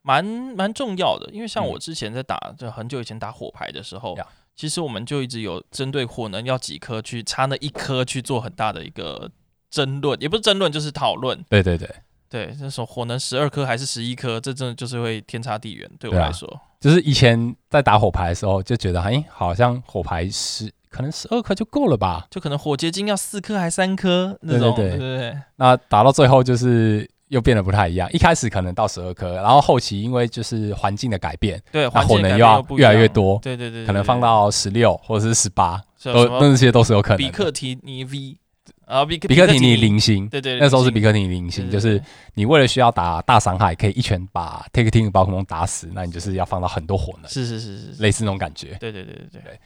S1: 蛮蛮重要的，因为像
S2: 嗯
S1: 我之前在打，就很久以前打火牌的时候
S2: 呀，
S1: 其实我们就一直有针对火能要几颗去差那一颗去做很大的一个争论，也不是争论，就是讨论。
S2: 对对对，
S1: 对，那时候火能十二颗还是十一颗，这真的就是会天差地远，对我
S2: 对啊
S1: 来说。
S2: 就是以前在打火牌的时候就觉得，哎、好像火牌十可能十二颗就够了吧。
S1: 就可能火结晶要四颗还三颗那种，
S2: 对
S1: 对
S2: 对对
S1: 不对？
S2: 那打到最后就是又变得不太一样，一开始可能到十二颗，然后后期因为就是环境的改变，
S1: 对，
S2: 那
S1: 环
S2: 火
S1: 境
S2: 能
S1: 改
S2: 又
S1: 变
S2: 要
S1: 不一
S2: 越来越
S1: 样
S2: 多，
S1: 对对对，对
S2: 可能放
S1: 对
S2: 到十六或者是十八，
S1: 像
S2: 都
S1: 什么
S2: 那些都是有可能的。
S1: 比克提尼 V 啊，比克
S2: 比克提尼，零星，
S1: 对对，
S2: 那时候是比
S1: 零星，
S2: 克提尼零
S1: 对
S2: 星，
S1: 对
S2: 就是
S1: 对
S2: 你为了需要打大伤害，可以一拳把 Take Team 宝可梦打死，那你就是要放到很多火能，
S1: 是是是是是，
S2: 类似那种感觉。
S1: 对对对对对，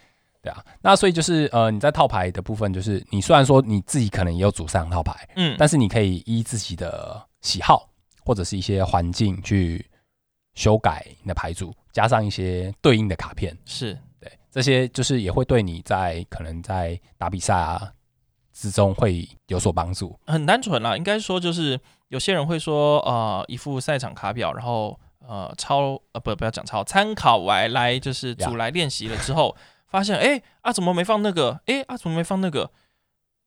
S2: 对啊，那所以就是呃，你在套牌的部分，就是你虽然说你自己可能也有主上套牌，
S1: 嗯，
S2: 但是你可以依自己的喜好或者是一些环境去修改你的牌组，加上一些对应的卡片，
S1: 是
S2: 对，这些就是也会对你在可能在打比赛啊之中会有所帮助。
S1: 很单纯啦，应该说就是有些人会说，呃，一副赛场卡表，然后呃抄呃不不要讲抄，参考来来就是
S2: 呀
S1: 组来练习了之后，发现哎啊怎么没放那个，哎啊怎么没放那个，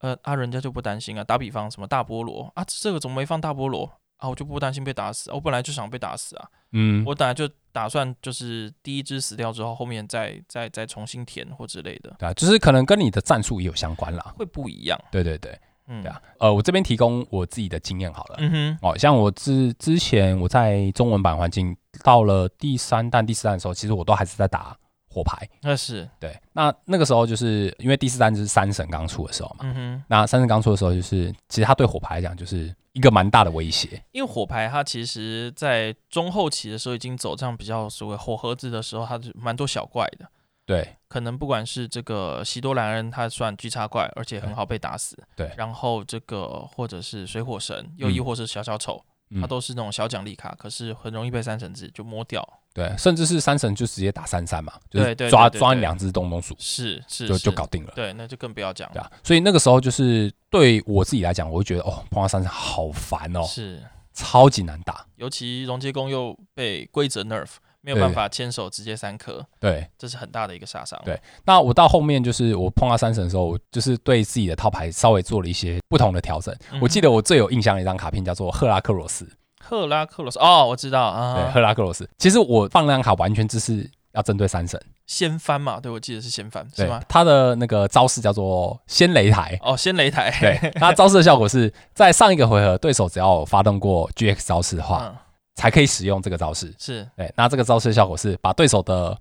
S1: 呃啊人家就不担心啊。打比方什么大菠萝啊，这个怎么没放大菠萝啊？我就不担心被打死，我本来就想被打死啊，
S2: 嗯，
S1: 我本来就打算就是第一只死掉之后，后面再再再重新填或之类的，
S2: 对啊，就是可能跟你的战术也有相关啦。
S1: 会不一样，
S2: 对对对，
S1: 嗯
S2: 对啊，呃，我这边提供我自己的经验好了。
S1: 嗯哼，
S2: 哦，像我之之前我在中文版环境到了第三弹、第四弹的时候，其实我都还是在打火牌。
S1: 那是，
S2: 对，那那个时候就是因为第四弹就是三神刚出的时候嘛。
S1: 嗯哼。
S2: 那三神刚出的时候，就是其实他对火牌来讲就是一个蛮大的威胁。
S1: 因为火牌它其实在中后期的时候已经走这样比较所谓火盒子的时候，它是蛮多小怪的。
S2: 对
S1: 可能不管是这个喜多兰恩，它算巨叉怪，而且很好被打死。
S2: 对
S1: 然后这个或者是水火神，又亦
S2: 嗯
S1: 或是小小丑，
S2: 嗯
S1: 它都是那种小奖励卡，可是很容易被三神制就摸掉。
S2: 对，甚至是三神就直接打三三嘛，就
S1: 对
S2: 是
S1: 对
S2: 抓
S1: 对对
S2: 抓你
S1: 对
S2: 两只东东鼠
S1: 是是
S2: 就是就搞定了。
S1: 对，那就更不要讲
S2: 对
S1: 了。
S2: 啊，所以那个时候就是对我自己来讲，我会觉得哦，碰到三神好烦哦，
S1: 是，
S2: 超级难打。
S1: 尤其溶解弓又被规则 nerf，没有
S2: 对
S1: 办法牵手直接三颗，
S2: 对，
S1: 这是很大的一个杀伤。
S2: 对那我到后面就是我碰到三神的时候，我就是对自己的套牌稍微做了一些不同的调整。
S1: 嗯哼
S2: 我记得我最有印象的一张卡片叫做赫拉克罗斯，
S1: 赫拉克罗斯哦，我知道
S2: 对，
S1: 啊，
S2: 赫拉克罗斯。其实我放那张卡完全就是要针对三神，
S1: 掀翻嘛，对我记得是掀翻是
S2: 对
S1: 吗？，
S2: 他的那个招式叫做先擂台。
S1: 哦，掀擂台，
S2: 对，那招式的效果是在上一个回合对手只要有发动过 GX 招式的话，
S1: 嗯，
S2: 才可以使用这个招式。
S1: 是
S2: 对，哎那这个招式的效果是把对手的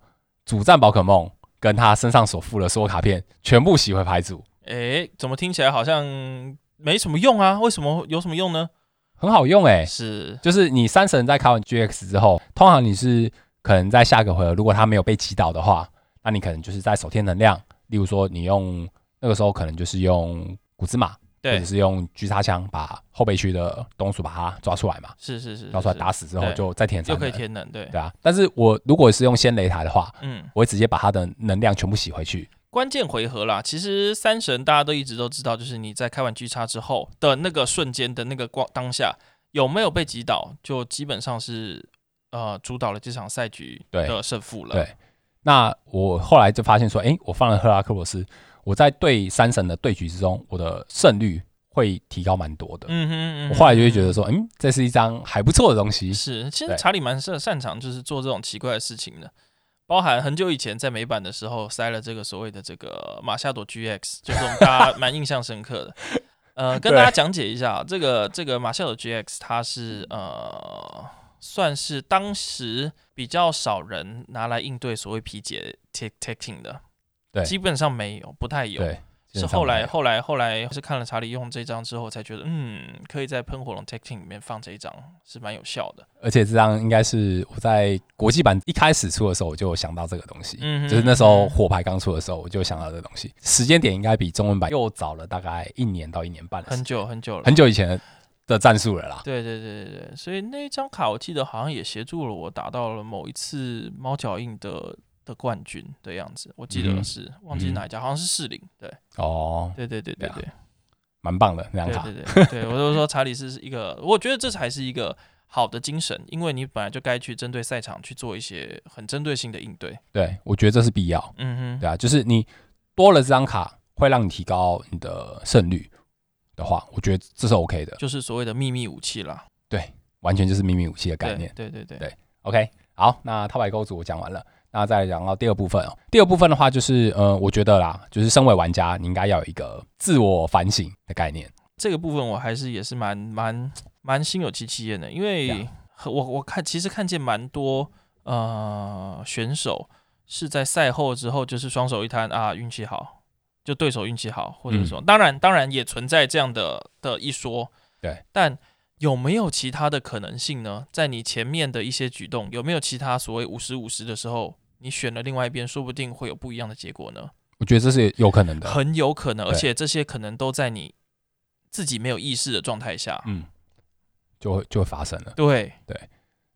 S2: 主战宝可梦跟他身上所附的所有卡片全部洗回牌组，
S1: 诶，怎么听起来好像没什么用啊？为什么有什么用呢？
S2: 很好用哎、
S1: 是
S2: 就是你三神在开完 GX 之后，通常你是可能在下个回合，如果他没有被击倒的话，那你可能就是在手天能量，例如说你用那个时候可能就是用古兹马，或
S1: 对
S2: 者，是用狙杀枪把后备区的东鼠把它抓出来嘛，
S1: 是是是，
S2: 抓出来
S1: 是
S2: 打死之后
S1: 对
S2: 就再填
S1: 又
S2: 三
S1: 可以
S2: 能，
S1: 天能，对，
S2: 对啊。但是我如果是用先擂台的话，
S1: 嗯，
S2: 我会直接把它的能量全部洗回去，
S1: 关键回合啦，其实三神大家都一直都知道，就是你在开完巨叉之后的那个瞬间的那个光当下。有没有被击倒，就基本上是呃主导了这场赛局
S2: 对
S1: 的胜负了。
S2: 对，那我后来就发现说，诶，我放了赫拉克罗斯，我在对三神的对局之中，我的胜率会提高蛮多的。
S1: 嗯哼嗯哼，
S2: 我后来就会觉得说，嗯，这是一张还不错的东西。
S1: 是，其实
S2: 对
S1: 查理蛮擅擅长就是做这种奇怪的事情的，包含很久以前在美版的时候塞了这个所谓的这个马夏朵 GX，就是我们大家 蛮印象深刻的。呃，跟
S2: 对
S1: 大家讲解一下，这个这个马夏朵 GX 它是呃算是当时比较少人拿来应对所谓皮解 t a k i n g 的，
S2: 对
S1: 基本上没有，不太有。
S2: 对，基
S1: 是
S2: 本上
S1: 后来，
S2: 还
S1: 后来，后来是看了查理用这张之后，才觉得，嗯，可以在喷火龙 t a k i n g 里面放这一张是蛮有效的。
S2: 而且这张应该是我在国际版一开始出的时候，我就有想到这个东西。
S1: 嗯哼
S2: 就是那时候火牌刚出的时候，我就想到这个东西。时间点应该比中文版又早了大概一年到一年半的时
S1: 很
S2: 间，
S1: 久很久了，
S2: 很久以前的战术了啦。
S1: 对对对对对，所以那一张卡我记得好像也协助了我打到了某一次猫脚印的的冠军的样子，我记
S2: 嗯
S1: 得
S2: 哼
S1: 是、忘记哪一家，好像是士林，对
S2: 哦，
S1: 对对对对
S2: 对啊
S1: 对
S2: 蛮棒的那张卡
S1: 对。对对对，我就说查理斯是一个，我觉得这才是一个好的精神，因为你本来就该去针对赛场去做一些很针对性的应对，
S2: 对，我觉得这是必要。
S1: 嗯哼，
S2: 对啊，就是你多了这张卡，会让你提高你的胜率的话，我觉得这是 OK 的，
S1: 就是所谓的秘密武器啦，
S2: 完全就是秘密武器的
S1: 对
S2: 概念。
S1: 对对对
S2: 对 OK，好，那套牌构筑我讲完了，那再讲到第二部分哦。第二部分的话，就是呃，我觉得啦，就是身为玩家，你应该要有一个自我反省的概念。
S1: 这个部分我还是也是蛮蛮蛮心有戚戚焉的，因
S2: 对
S1: 为和我我看其实看见蛮多呃选手是在赛后之后就是双手一摊啊运气好，就对手运气好，或者说、当然当然也存在这样的的一说，
S2: 对，
S1: 但。有没有其他的可能性呢？在你前面的一些举动，有没有其他所谓五十五十的时候，你选了另外一边，说不定会有不一样的结果呢？
S2: 我觉得这是有可能的。
S1: 很有可能，而
S2: 对
S1: 且这些可能都在你自己没有意识的状态下。
S2: 嗯，就会就会发生了。
S1: 对，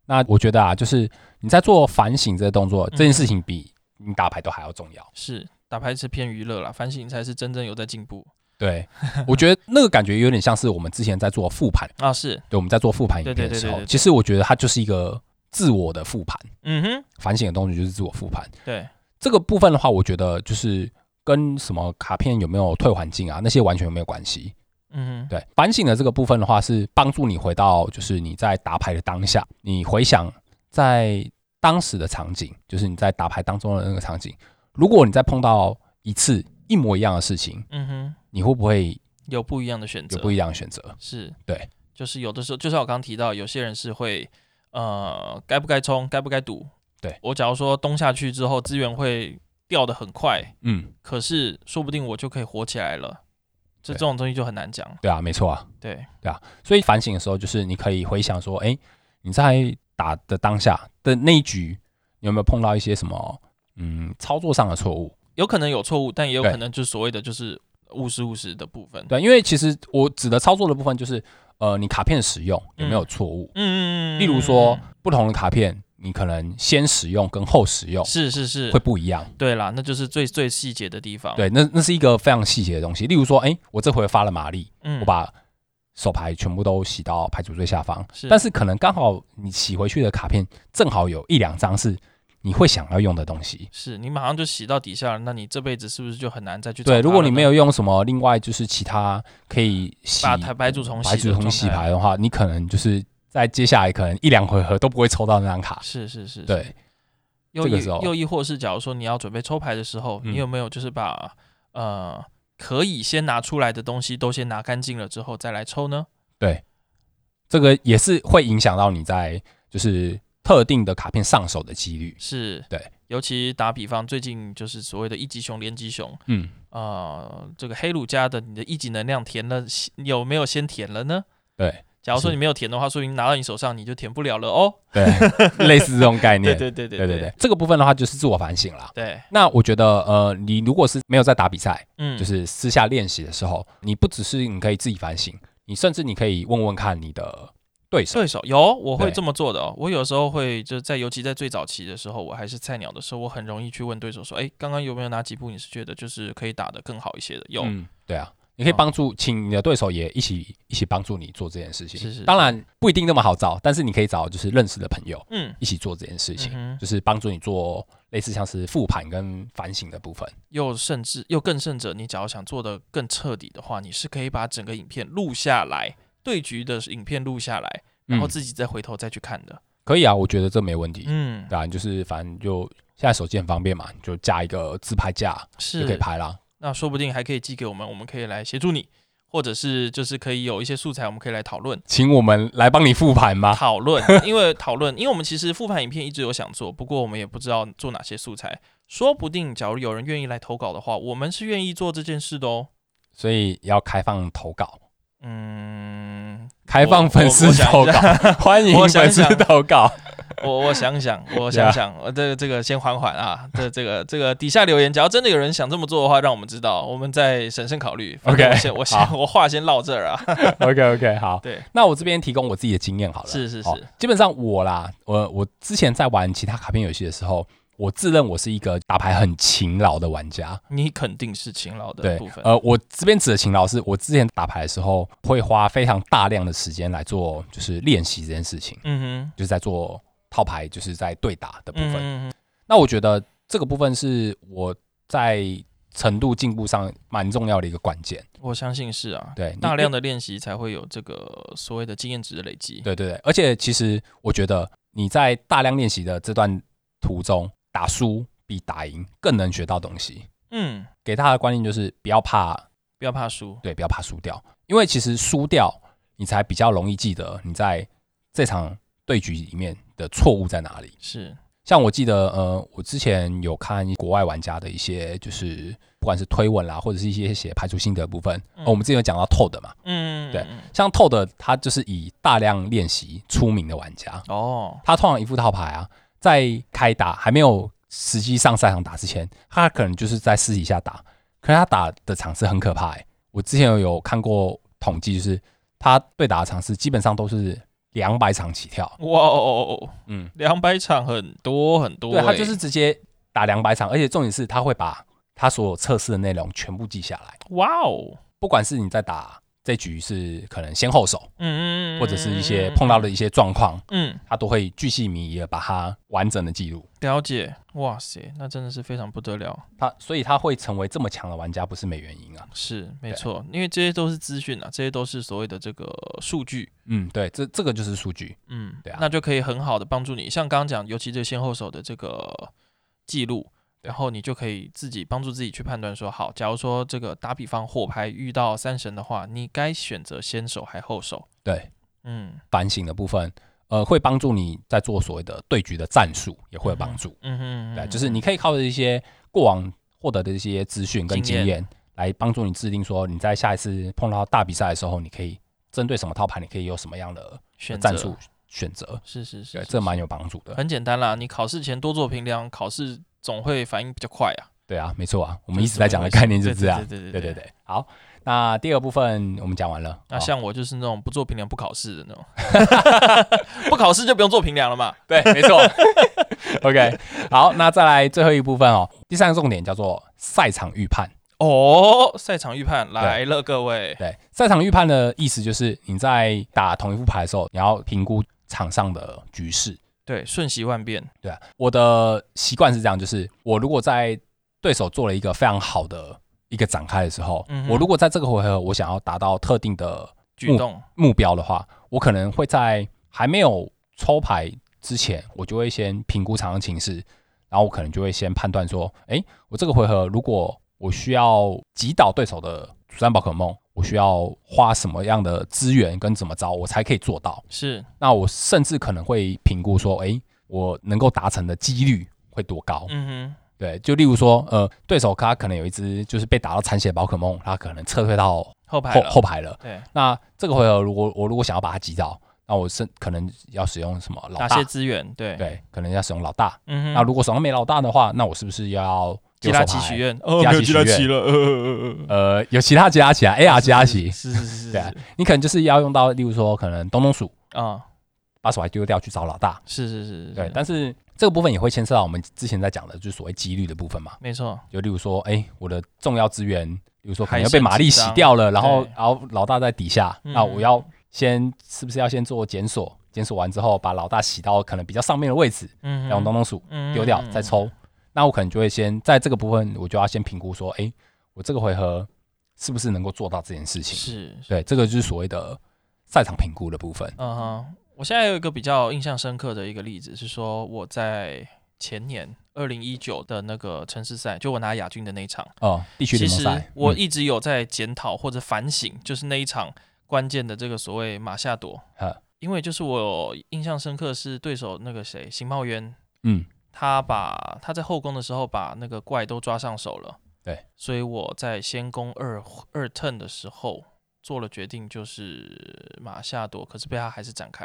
S2: 那我觉得啊，就是你在做反省这个动作，这件
S1: 嗯
S2: 事情比你打牌都还要重要。
S1: 是打牌是偏娱乐啦，反省才是真正有在进步
S2: 对，我觉得那个感觉有点像是我们之前在做复盘
S1: 啊。是，
S2: 对，我们在做复盘影
S1: 对对
S2: 片的
S1: 对
S2: 时
S1: 对
S2: 候
S1: 对，对
S2: 其实我觉得它就是一个自我的复盘，
S1: 嗯哼，
S2: 反省的东西就是自我复盘。
S1: 对，
S2: 这个部分的话，我觉得就是跟什么卡片有没有退环境啊，那些完全没有关系。
S1: 嗯哼，
S2: 对，反省的这个部分的话，是帮助你回到就是你在打牌的当下，你回想在当时的场景，就是你在打牌当中的那个场景，如果你再碰到一次一模一样的事情，
S1: 嗯哼，
S2: 你会不会
S1: 有不一样的选择
S2: 有，不一样的选择？
S1: 是，
S2: 对，
S1: 就是有的时候，就像我刚刚提到，有些人是会，呃，该不该冲，该不该赌。
S2: 对
S1: 我假如说东下去之后，资源会掉的很快，
S2: 嗯，
S1: 可是说不定我就可以火起来了。这
S2: 对
S1: 这种东西就很难讲。
S2: 对啊，没错啊。
S1: 对，
S2: 所以反省的时候，就是你可以回想说，哎、你在打的当下的那一局，你有没有碰到一些什么嗯操作上的错误？
S1: 有可能有错误，但也有
S2: 对
S1: 可能就是所谓的就是务实务实的部分。
S2: 对，因为其实我指的操作的部分就是，呃，你卡片使用有没有错误？
S1: 嗯，嗯嗯嗯嗯
S2: 例如说，不同的卡片，你可能先使用跟后使用
S1: 是是是
S2: 会，不一样。
S1: 对啦，那就是最最细节的地方。，
S2: 对，那那是一个非常细节的东西。例如说，哎、我这回发了玛丽，
S1: 嗯
S2: 我把手牌全部都洗到牌组最下方，
S1: 是
S2: 但是可能刚好你洗回去的卡片正好有一两张是你会想要用的东西。
S1: 是你马上就洗到底下了，那你这辈子是不是就很难再去找它
S2: 对，
S1: 了呢？
S2: 如果你没有用什么另外就是其他可以洗嗯
S1: 把台白主重洗
S2: 白
S1: 的
S2: 纸重洗
S1: 状态
S2: 牌的话，你可能就是在接下来可能一两回合都不会抽到那张卡。
S1: 是是是，是，
S2: 啊对，
S1: 又
S2: 这个
S1: 亦
S2: 时候
S1: 又亦或是假如说你要准备抽牌的时候，
S2: 嗯
S1: 你有没有就是把呃可以先拿出来的东西都先拿干净了之后再来抽呢？
S2: 这个也是会影响到你在就是特定的卡片上手的几率。
S1: 是，
S2: 对，
S1: 尤其打比方，最近就是所谓的一级熊、连级熊，
S2: 嗯，
S1: 呃，这个黑鲁加的你的一级能量填了，有没有先填了呢？
S2: 对
S1: 假如说
S2: 是
S1: 你没有填的话，说明拿到你手上你就填不了了哦。
S2: 对， 类似这种概念。
S1: 对对对
S2: 对对
S1: 对
S2: 对，这个部分的话就是自我反省啦。
S1: 对，
S2: 那我觉得，呃，你如果是没有在打比赛，
S1: 嗯，
S2: 就是私下练习的时候，你不只是你可以自己反省，你甚至你可以问问看你的对手。
S1: 对手有，我会
S2: 对
S1: 这么做的哦。我有时候会就在，尤其在最早期的时候，我还是菜鸟的时候，我很容易去问对手说：“哎，刚刚有没有哪几步你是觉得就是可以打得更好一些的？”有，
S2: 嗯，对啊，你可以
S1: 嗯
S2: 帮助，请你的对手也一起一起帮助你做这件事情。
S1: 是是
S2: 当然不一定那么好找，但是你可以找就是认识的朋友
S1: 嗯，
S2: 一起做这件事情，
S1: 嗯哼
S2: 就是帮助你做类似像是复盘跟反省的部分。
S1: 又甚至又更甚者，你只要想做的更彻底的话，你是可以把整个影片录下来，对局的影片录下来，然后
S2: 嗯、
S1: 自己再回头再去看的。
S2: 可以啊，我觉得这没问题。
S1: 嗯，
S2: 对啊，就是反正就现在手机很方便嘛，你就架一个自拍架就是可以拍啦。
S1: 那说不定还可以寄给我们，我们可以来协助你，或者是就是可以有一些素材，我们可以来讨论
S2: 请我们来帮你复盘吗？
S1: 讨 论，因为讨论，因为我们其实复盘影片一直有想做，不过我们也不知道做哪些素材。说不定假如有人愿意来投稿的话，我们是愿意做这件事的哦。
S2: 所以要开放投稿，
S1: 嗯，
S2: 开放粉丝投
S1: 我我我
S2: 稿
S1: 想，
S2: 欢迎
S1: 我想
S2: 粉
S1: 一
S2: 丝
S1: 想
S2: 投稿。
S1: 我我想想，我想想，我这个这个先缓缓啊，这这个这个底下留言，只要真的有人想这么做的话，让我们知道，我们再审慎考虑。反正
S2: OK，
S1: 我先我先我话先唠这儿啊。
S2: OK OK，好，
S1: 对，
S2: 那我这边提供我自己的经验好了。
S1: 是是
S2: 哦
S1: 是，
S2: 基本上我啦，我我之前在玩其他卡片游戏的时候，我自认我是一个打牌很勤劳的玩家。
S1: 你肯定是勤劳的
S2: 对
S1: 部，分。
S2: 呃，我这边指的勤劳是我之前打牌的时候会花非常大量的时间来做，就是练习这件事情，
S1: 嗯
S2: 就是在做套牌，就是在对打的
S1: 哼，
S2: 部分。
S1: 嗯哼
S2: 那我觉得这个部分是我在程度进步上蛮重要的一个关键。
S1: 我相信是啊，
S2: 对，
S1: 大量
S2: 的，
S1: 的练习才会有这个所谓的经验值的累积。，
S2: 对对对，而且其实我觉得你在大量练习的这段途中，打输比打赢更能学到东西。
S1: 嗯，
S2: 给大家的观念就是不要怕，
S1: 不要怕输。
S2: 对，不要怕输掉，因为其实输掉你才比较容易记得你在这场对局里面的错误在哪里。
S1: 是，
S2: 像我记得，呃，我之前有看国外玩家的一些，就是不管是推文啦，或者是一些写排除心得的部分、
S1: 嗯
S2: 哦我们之前有讲到 Todd 嘛，
S1: 嗯，
S2: 对
S1: 嗯。嗯
S2: 像 Todd 他就是以大量练习出名的玩家，
S1: 哦，
S2: 他通常一副套牌啊，在开打还没有实际上赛场打之前，他可能就是在私底下打，可是他打的场次很可怕、欸。我之前有看过统计，就是他对打的场次基本上都是两百场起跳，
S1: 哇哦，
S2: 嗯。
S1: 两百场很多很多欸、
S2: 对他就是直接打两百场，而且重点是他会把他所有测试的内容全部记下来，
S1: 哇哦，
S2: 不管是你在打这局是可能先后手，
S1: 嗯嗯，嗯
S2: 或者是一些碰到的，一些状况，
S1: 嗯嗯嗯嗯嗯
S2: 他都会巨细靡遗的把它完整的记录。
S1: 了解，哇塞，那真的是非常不得了，
S2: 他所以他会成为这么强的玩家，不是没原因啊。
S1: 是没
S2: 对
S1: 错，因为这些都是资讯啊，这些都是所谓的这个数据，
S2: 嗯，对，这这个就是数据。
S1: 嗯，
S2: 对啊
S1: 那就可以很好的帮助你，像刚刚讲，尤其这先后手的这个记录，然后你就可以自己帮助自己去判断说，好，假如说这个打比方火牌遇到三神的话，你该选择先手还后手，
S2: 对，
S1: 嗯
S2: 反省的部分，呃，会帮助你在做所谓的对局的战术，也会有帮助。
S1: 嗯哼，
S2: 对，
S1: 嗯
S2: 就是
S1: 哼
S2: 你可以靠着一些过往获得的一些资讯跟
S1: 经
S2: 经
S1: 验
S2: 验，来帮助你制定说你在下一次碰到大比赛的时候，你可以针对什么套牌，你可以有什么样的
S1: 选
S2: 战
S1: 择
S2: 术选择。
S1: 是是是
S2: 对，
S1: 是
S2: 这
S1: 是哎
S2: 蛮有帮助的。
S1: 很简单啦，你考试前多做评量，考试总会反应比较快啊。
S2: 对啊，没错啊，我
S1: 我
S2: 们一直在讲的概念就是这样。
S1: 对对啊
S2: 对对。哦对，好，那第二部分我们讲完了。
S1: 那
S2: 好
S1: 像我就是那种不做评量不考试的那种， 不考试就不用做评量了嘛。
S2: 对，没错。OK，好，那再来最后一部分哦。第三个重点叫做赛场预判。
S1: 哦，赛场预判来了，各位。
S2: 对，赛场预判的意思就是你在打同一副牌的时候，你要评估场上的局势。
S1: 对，瞬息万变。
S2: 对啊、我的习惯是这样，就是我如果在对手做了一个非常好的一个展开的时候，
S1: 嗯哼
S2: 我如果在这个回合我想要达到特定的
S1: 举动，
S2: 目标的话，我可能会在还没有抽牌之前，我就会先评估场上情势，然后我可能就会先判断说，哎、我这个回合如果我需要击倒对手的主战宝可梦，我需要花什么样的资源跟怎么着，我才可以做到？
S1: 是，
S2: 那我甚至可能会评估说，哎、我能够达成的几率会多高？
S1: 嗯
S2: 对，就例如说，呃，对手他可能有一只就是被打到残血的宝可梦，他可能撤退到
S1: 哼，后排
S2: 后
S1: 了。
S2: 后排了。
S1: 对，
S2: 那这个回合如果我如果想要把它击倒，那我是可能要使用什么老
S1: 哪
S2: 大
S1: 些？资源？对，
S2: 对，可能要使用老大。
S1: 嗯
S2: 那
S1: 哼，
S2: 如果手上没老大的话，那我是不是要
S1: 吉
S2: 丢
S1: 拉
S2: 手
S1: 奇许
S2: 牌？
S1: 愿，哦
S2: 吉拉奇许愿
S1: 了，呃呃呃
S2: 呃，有其他其他其他 AR
S1: 呃，
S2: 其他奇，
S1: 是是是是
S2: 对啊
S1: 是
S2: 你可能就是要用到，例如说可能东东鼠
S1: 啊，
S2: 把手牌丢掉去找老大。
S1: 是是是，是
S2: 对，但是这个部分也会牵涉到我们之前在讲的，就是所谓几率的部分嘛。
S1: 没错，
S2: 就例如说，哎，我的重要资源比如说可能要被玛丽洗掉了，然后然后老大在底下，
S1: 嗯
S2: 那我要先是不是要先做检索？检索完之后，把老大洗到可能比较上面的位置，
S1: 嗯，
S2: 然后东东鼠
S1: 嗯
S2: 丢掉再抽。那我可能就会先在这个部分，我就要先评估说，哎，我这个回合是不是能够做到这件事情？
S1: 是，是
S2: 对，这个就是所谓的赛场评估的部分。
S1: 嗯哼，我现在有一个比较印象深刻的一个例子是说，我在前年二零一九的那个城市赛，就我拿亚军的那一场，
S2: 哦，地区
S1: 其
S2: 联盟
S1: 实
S2: 赛，
S1: 我
S2: 嗯
S1: 一直有在检讨或者反省，就是那一场关键的这个所谓马夏朵
S2: 呵，
S1: 因为就是我印象深刻是对手那个谁邢茂渊，
S2: 嗯
S1: 他把他在后攻的时候把那个怪都抓上手了，
S2: 对，
S1: 所以我在先攻二二 turn 的时候做了决定，就是马夏朵，可是被他还是展开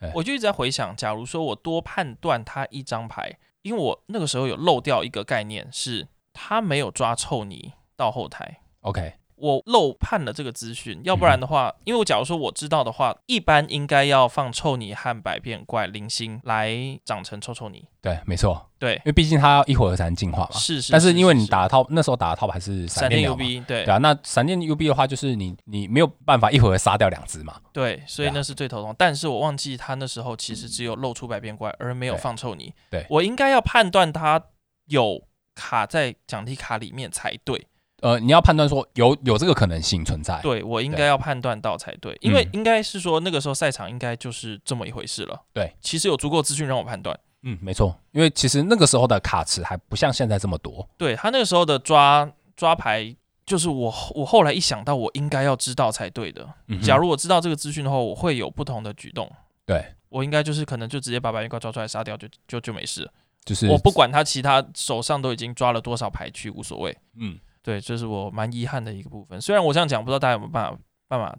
S2: 哎。
S1: 我就一直在回想，假如说我多判断他一张牌，因为我那个时候有漏掉一个概念，是他没有抓臭泥到后台，
S2: ，OK，
S1: 我漏判了这个资讯，要不然的话，
S2: 嗯
S1: 因为我假如说我知道的话，一般应该要放臭泥和百变怪零星来长成臭臭泥。
S2: 对，没错，
S1: 对
S2: 因，为毕竟它要一会儿才能进化嘛。
S1: 是是。
S2: 但是因为你
S1: 是
S2: 打的套那时候打的套牌是
S1: 闪电
S2: 电鸟嘛
S1: UB，对
S2: 对啊，那闪电 UB 的话，就是你你没有办法一会儿杀掉两只嘛。
S1: 对，所以
S2: 对啊
S1: 那是最头痛。但是我忘记他那时候其实只有露出百变怪，而没有
S2: 对
S1: 放臭泥。
S2: 对
S1: 我应该要判断他有卡在奖励卡里面才对。
S2: 呃，你要判断说有有这个可能性存在。
S1: 对我应该
S2: 哎对
S1: 要判断到才对，因为
S2: 嗯
S1: 应该是说那个时候赛场应该就是这么一回事了。
S2: 对，
S1: 其实有足够资讯让我判断。
S2: 嗯，没错，因为其实那个时候的卡池还不像现在这么多。
S1: 对他那个时候的抓抓牌，就是我我后来一想到，我应该要知道才对的。
S2: 嗯哼
S1: 假如我知道这个资讯后，我会有不同的举动。
S2: 对，
S1: 我应该就是可能就直接把白云怪抓出来杀掉，就就就没事了。
S2: 就是
S1: 我不，管他其他手上都已经抓了多少牌去，无所谓。
S2: 嗯，
S1: 对，这是我蛮遗憾的一个部分。虽然我这样讲，不知道大家有没有办法办法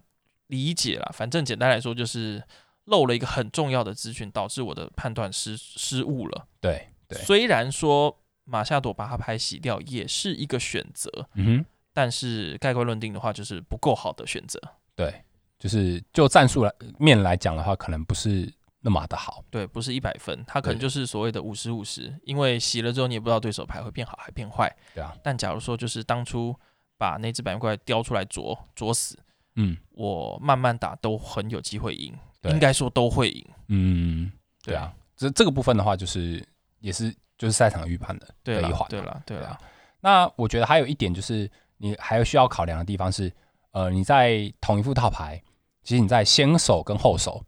S1: 理解啦。反正简单来说，就是漏了一个很重要的资讯，导致我的判断失失误了。
S2: 对对，
S1: 虽然说马夏朵把他牌洗掉也是一个选择，
S2: 嗯哼，
S1: 但是盖棺论定的话，就是不够好的选择。
S2: 对，就是就战术来面来讲的话，可能不是那么的好。
S1: 对，不是一百分，他可能
S2: 对
S1: 就是所谓的五十五十，因为洗了之后你也不知道对手牌会变好还变坏。
S2: 对啊，
S1: 但假如说就是当初把那只百变怪叼出来啄啄死，
S2: 嗯
S1: 我慢慢打都很有机会赢，
S2: 对
S1: 应该说都会赢。
S2: 嗯，对啊，这这个部分的话，就是也是就是赛场预判的
S1: 对
S2: 的一
S1: 了
S2: 环，
S1: 对了，对
S2: 对
S1: 了
S2: 啊，。那我觉得还有一点就是，你还有需要考量的地方是，呃，你在同一副套牌，其实你在先手跟后手，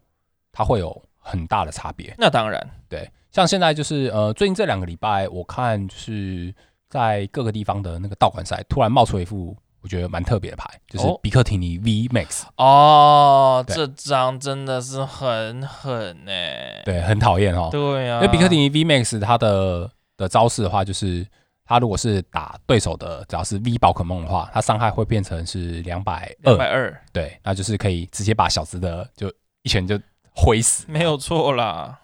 S2: 它会有很大的差别。
S1: 那当然，
S2: 对，像现在就是呃，最近这两个礼拜，我看就是在各个地方的那个道馆赛，突然冒出一副我觉得蛮特别的牌，就是
S1: 哦哎
S2: 比克提尼 V Max，、
S1: 哦，
S2: 对
S1: 这张真的是很狠呢、
S2: 对，很讨厌哦。
S1: 对啊，
S2: 因为比克提尼 V Max 它的的招式的话，就是它如果是打对手的，只要是 V 宝可梦的话，它伤害会变成是两百
S1: 两
S2: 二，
S1: 百二，
S2: 对，那就是可以直接把小只的就一拳就挥死。
S1: 没有错啦。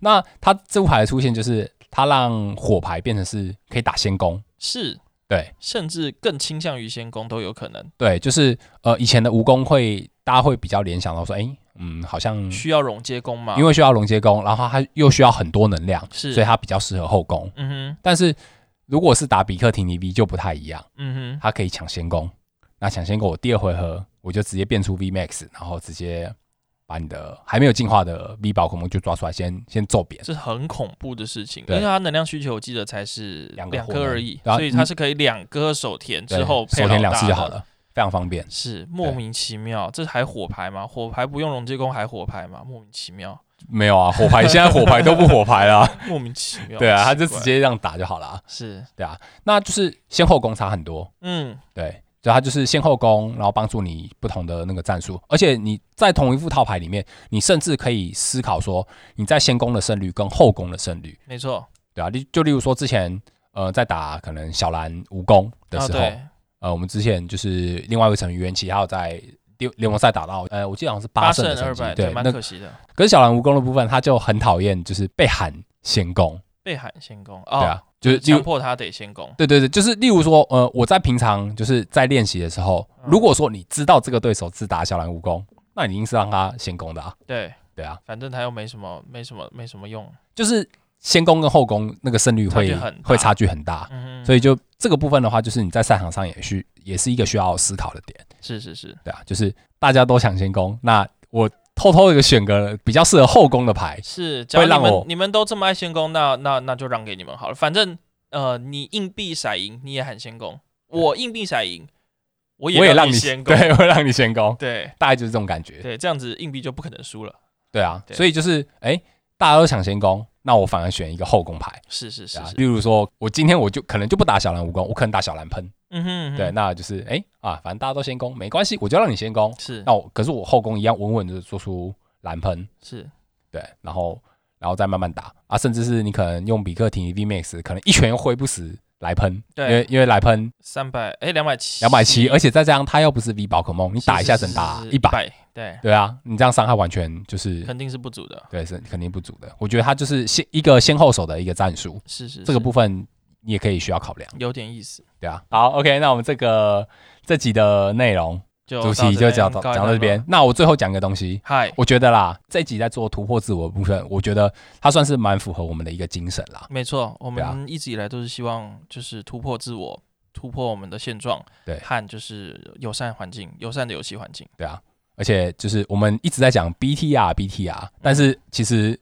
S2: 那它这副牌的出现，就是它让火牌变成是可以打先攻，
S1: 是，
S2: 对，
S1: 甚至更倾向于先攻都有可能，
S2: 对，就是呃以前的蜈蚣会大家会比较联想到说，哎、嗯，好像
S1: 需要溶接攻嘛？
S2: 因为需要龙接攻，然后它又需要很多能量，
S1: 是
S2: 所以它比较适合后攻。
S1: 嗯哼，
S2: 但是如果是打比克廷尼 V 就不太一样。
S1: 嗯哼，
S2: 他可以抢先攻。那抢先攻，我第二回合我就直接变出 V Max，然后直接把你的还没有进化的 V 宝可梦就抓出来先，先揍扁。
S1: 这是很恐怖的事情，因
S2: 对
S1: 为它能量需求我记得才是
S2: 两个
S1: 两
S2: 火
S1: 颗
S2: 能
S1: 而已，
S2: 然后
S1: 所以它是可以两颗手填之
S2: 对
S1: 后配
S2: 手填
S1: 老
S2: 两
S1: 大
S2: 次就好
S1: 的。
S2: 了，非常方便。
S1: 是莫
S2: 对
S1: 名其妙，这还火牌吗？火牌不用溶接攻还火牌吗？莫名其妙，
S2: 没有啊，火 牌现在火牌都不火牌啦。
S1: 莫名其妙。
S2: 对啊，
S1: 啊奇
S2: 他就直
S1: 怪
S2: 接这样打就好了啊。
S1: 是，
S2: 对啊，那就是先后攻差很多。
S1: 嗯，
S2: 对，就他就是先后攻，然后帮助你不同的那个战术，而且你在同一副套牌里面，你甚至可以思考说你在先攻的胜率跟后攻的胜率。
S1: 没错。
S2: 对啊，例就例如说之前呃在打可能小蓝蜈蚣的
S1: 啊，
S2: 时候，
S1: 对，
S2: 呃我们之前就是另外一个成员元气，还有在联联盟赛打到呃我记得好像是
S1: 八
S2: 胜
S1: 胜
S2: 的成
S1: 二
S2: 绩
S1: 败，，
S2: 对，
S1: 蛮
S2: 那
S1: 可惜的。
S2: 可是小蓝蜈蚣的部分他就很讨厌就是被喊先攻，
S1: 被喊先攻，
S2: 对
S1: 哦，
S2: 啊，就是例
S1: 强
S2: 如。
S1: 迫他得先攻。
S2: 对对对，就是例如说，呃，我在平常就是在练习的时候，
S1: 嗯
S2: 如果说你知道这个对手自打小蓝蜈蚣，那你一定是让他先攻的啊，
S1: 对，
S2: 对啊，
S1: 反正他又没什么，没什么，没什么用。
S2: 就是先攻跟后攻那个胜率
S1: 差距
S2: 会
S1: 很大
S2: 会差距很大，
S1: 嗯哼嗯
S2: 所以就这个部分的话，就是你在赛场上也是也是一个需要思考的点，
S1: 是是是，
S2: 对啊，就是大家都抢先攻，那我偷偷一个选个比较适合后攻的牌，
S1: 是，假如你
S2: 让
S1: 们
S2: 我
S1: 你们都这么爱先攻，那那那就让给你们好了。反正呃，你硬币骰赢，你也喊先攻；我硬币骰赢，我也
S2: 我也
S1: 让
S2: 让你
S1: 先攻。
S2: 对，我让你先攻，
S1: 对
S2: 大概就是这种感觉，
S1: 对，这样子硬币就不可能输了。
S2: 对啊，
S1: 对
S2: 所以就是哎、大家都抢先攻，那我反而选一个后攻牌。
S1: 是是是
S2: 对啊，
S1: 是，
S2: 例如说，我今天我就可能就不打小蓝蜈蚣，我可能打小蓝喷，
S1: 嗯哼，嗯哼
S2: 对，，那就是哎、啊，反正大家都先攻，没关系，我就让你先攻，
S1: 是
S2: 那我可是我后攻一样稳稳的做出蓝喷，
S1: 是
S2: 对，然后然后再慢慢打啊，甚至是你可能用比克廷 VMAX，可能一拳又挥不死来喷，因
S1: 对
S2: 为因为来喷
S1: 三百哎两百七
S2: 两百七，而且再加上他又不是 V 宝可梦，你打一下只能打一百，
S1: 百，对，
S2: 对啊，你这样伤害完全就是
S1: 肯定是不足的。
S2: 对是肯定不足的，我觉得他就是先一个先后手的一个战术，
S1: 是是，
S2: 这个
S1: 是
S2: 部分你也可以需要考量，
S1: 有点意思，
S2: 对啊，好，OK，那我们这个这集的内容
S1: 就到
S2: 主题
S1: 这
S2: 就
S1: 边
S2: 讲到
S1: 告一
S2: 讲到
S1: 段
S2: 这边
S1: 落。，
S2: 那我最后讲一个东西，
S1: 嗨，
S2: 我觉得啦，这一集在做突破自我的部分，我觉得它算是蛮符合我们的一个精神啦。
S1: 没错，我
S2: 对啊
S1: 们一直以来都是希望就是突破自我，突破我们的现状，
S2: 对
S1: 和就是友善环境，友善的游戏环境。
S2: 对啊，而且就是我们一直在讲 BTR BTR，但是其实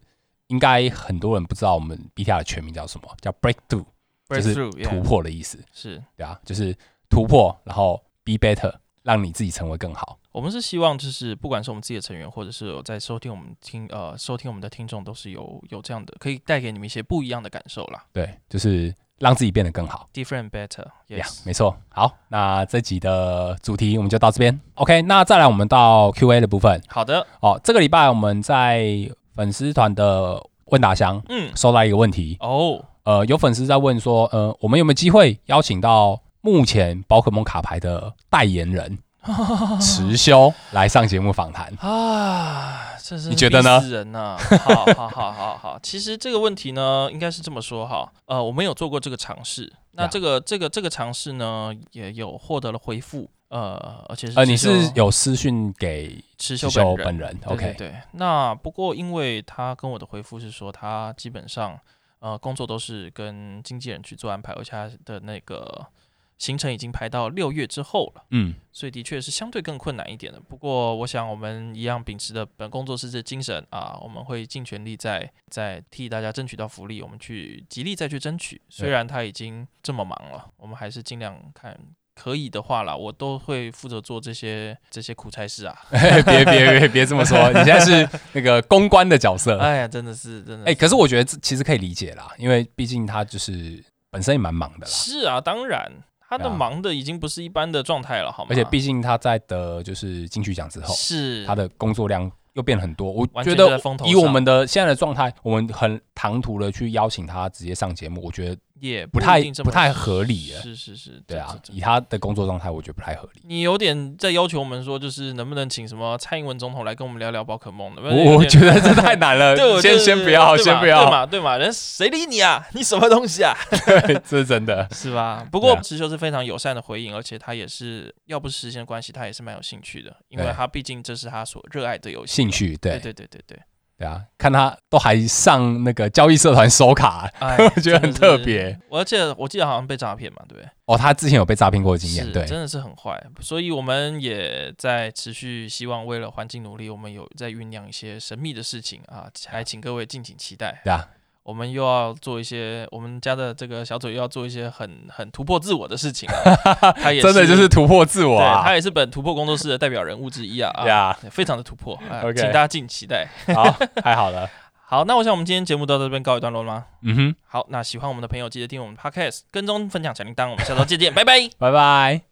S2: 应该很多人不知道我们 BTR 的全名叫什么，叫 Breakthrough，就是
S1: Breakthrough
S2: 突
S1: yeah，
S2: 破的意思。
S1: 是
S2: 对啊，就是突破，然后 Be Better，让你自己成为更好。
S1: 我们是希望就是不管是我们自己的成员，或者是有在收听我们听呃收听我们的听众，都是有有这样的，可以带给你们一些不一样的感受啦。
S2: 对，就是让自己变得更好。
S1: Different better，
S2: 呀
S1: yes，
S2: 没错。好，那这集的主题我们就到这边。OK，那再来我们到 Q&A 的部分。
S1: 好的，
S2: 哦，这个礼拜我们在粉丝团的问答箱
S1: 嗯，
S2: 收到一个问题，
S1: 哦，
S2: 呃，有粉丝在问说，呃，我们有没有机会邀请到目前宝可梦卡牌的代 言人池修来上节目访谈？
S1: 啊，这是
S2: 你觉得呢
S1: 逼死人呐、好好好好好， 其实这个问题呢，应该是这么说哈，呃，我们有做过这个尝试，那
S2: Yeah
S1: 这个这个这个尝试呢，也有获得了回复，呃，而且是
S2: 呃，你
S1: 池修
S2: 是有私讯给
S1: 池修
S2: 池
S1: 本
S2: 修
S1: 人
S2: 本人
S1: 对对
S2: ，OK？
S1: 对。那不过因为他跟我的回复是说，他基本上呃工作都是跟经纪人去做安排，而且他的那个行程已经排到六月之后了。
S2: 嗯，
S1: 所以的确是相对更困难一点的。不过，我想我们一样秉持的本工作室的精神啊，我们会尽全力在在替大家争取到福利，我们去极力再去争取。虽然他已经这么忙了，我们还是尽量看可以的话啦，我都会负责做这些这些苦差事 啊。
S2: 别别别别这么说，你现在 是那个公关的角色。
S1: 哎呀，真的是真的
S2: 哎，
S1: 是
S2: 可是我觉得这其实可以理解啦，因为毕竟他就是本身也蛮忙的啦。
S1: 是啊，当然他的
S2: 对啊
S1: 忙的已经不是一般的状态了，好吗？
S2: 而且毕竟他在得就是金曲奖之后，
S1: 啊是
S2: 他的工作量又变很多。我
S1: 完
S2: 觉
S1: 全就在
S2: 得
S1: 风头
S2: 以
S1: 上
S2: 我们的现在的状态，我们很唐突的去邀请他直接上节目，我觉得
S1: 也
S2: 不太
S1: 一定这么
S2: 不太合理耶
S1: 是是是，
S2: 对
S1: 这
S2: 啊
S1: 这，这
S2: 以他的工作状态，我觉得不太合理。
S1: 你有点在要求我们说，就是能不能请什么蔡英文总统来跟我们聊聊宝可梦的？
S2: 我我觉
S1: 得
S2: 得这太难了
S1: 对，我，
S2: 先
S1: 就是
S2: 先不要，
S1: 对
S2: 先
S1: 吧
S2: 不
S1: 对
S2: 要，
S1: 嘛对嘛，人谁理你啊？你什么东西啊？
S2: 对， 这是真的。
S1: 是吧？不
S2: 对
S1: 过
S2: 啊
S1: 池修是非常友善的回应，而且他也是要不是时间关系，他也是蛮有兴趣的，因为
S2: 对
S1: 他毕竟这是他所热爱的游戏。
S2: 兴趣，
S1: 对对
S2: 对
S1: 对对对，
S2: 对啊，看他都还上那个交易社团收卡，
S1: 哎
S2: 我觉得很特。别
S1: 真的是我记得我记得好像被诈骗嘛，对不对？
S2: 哦。他之前有被诈骗过的经验，
S1: 是，
S2: 对
S1: 真的是很坏。所以我们也在持续希望，为了环境努力，我们有在酝酿一些神秘的事情啊，还请各位敬请期待。
S2: 对啊，
S1: 我们又要做一些，我们家的这个小嘴又要做一些很很突破自我的事情、 啊，他也
S2: 真的就是突破自我
S1: 对，他
S2: 啊，
S1: 也是本突破工作室的代表人物之一啊，
S2: 对
S1: 啊，
S2: 啊，
S1: 对非常的突破，啊
S2: OK
S1: 请大家敬请期待。
S2: 好，太好了，
S1: 好，那我想我们今天节目到这边告一段落了吗？
S2: 嗯哼，
S1: 好，那喜欢我们的朋友记得订阅我们的 Podcast，跟踪分享小铃铛，我们下周再见，拜拜。
S2: 拜拜。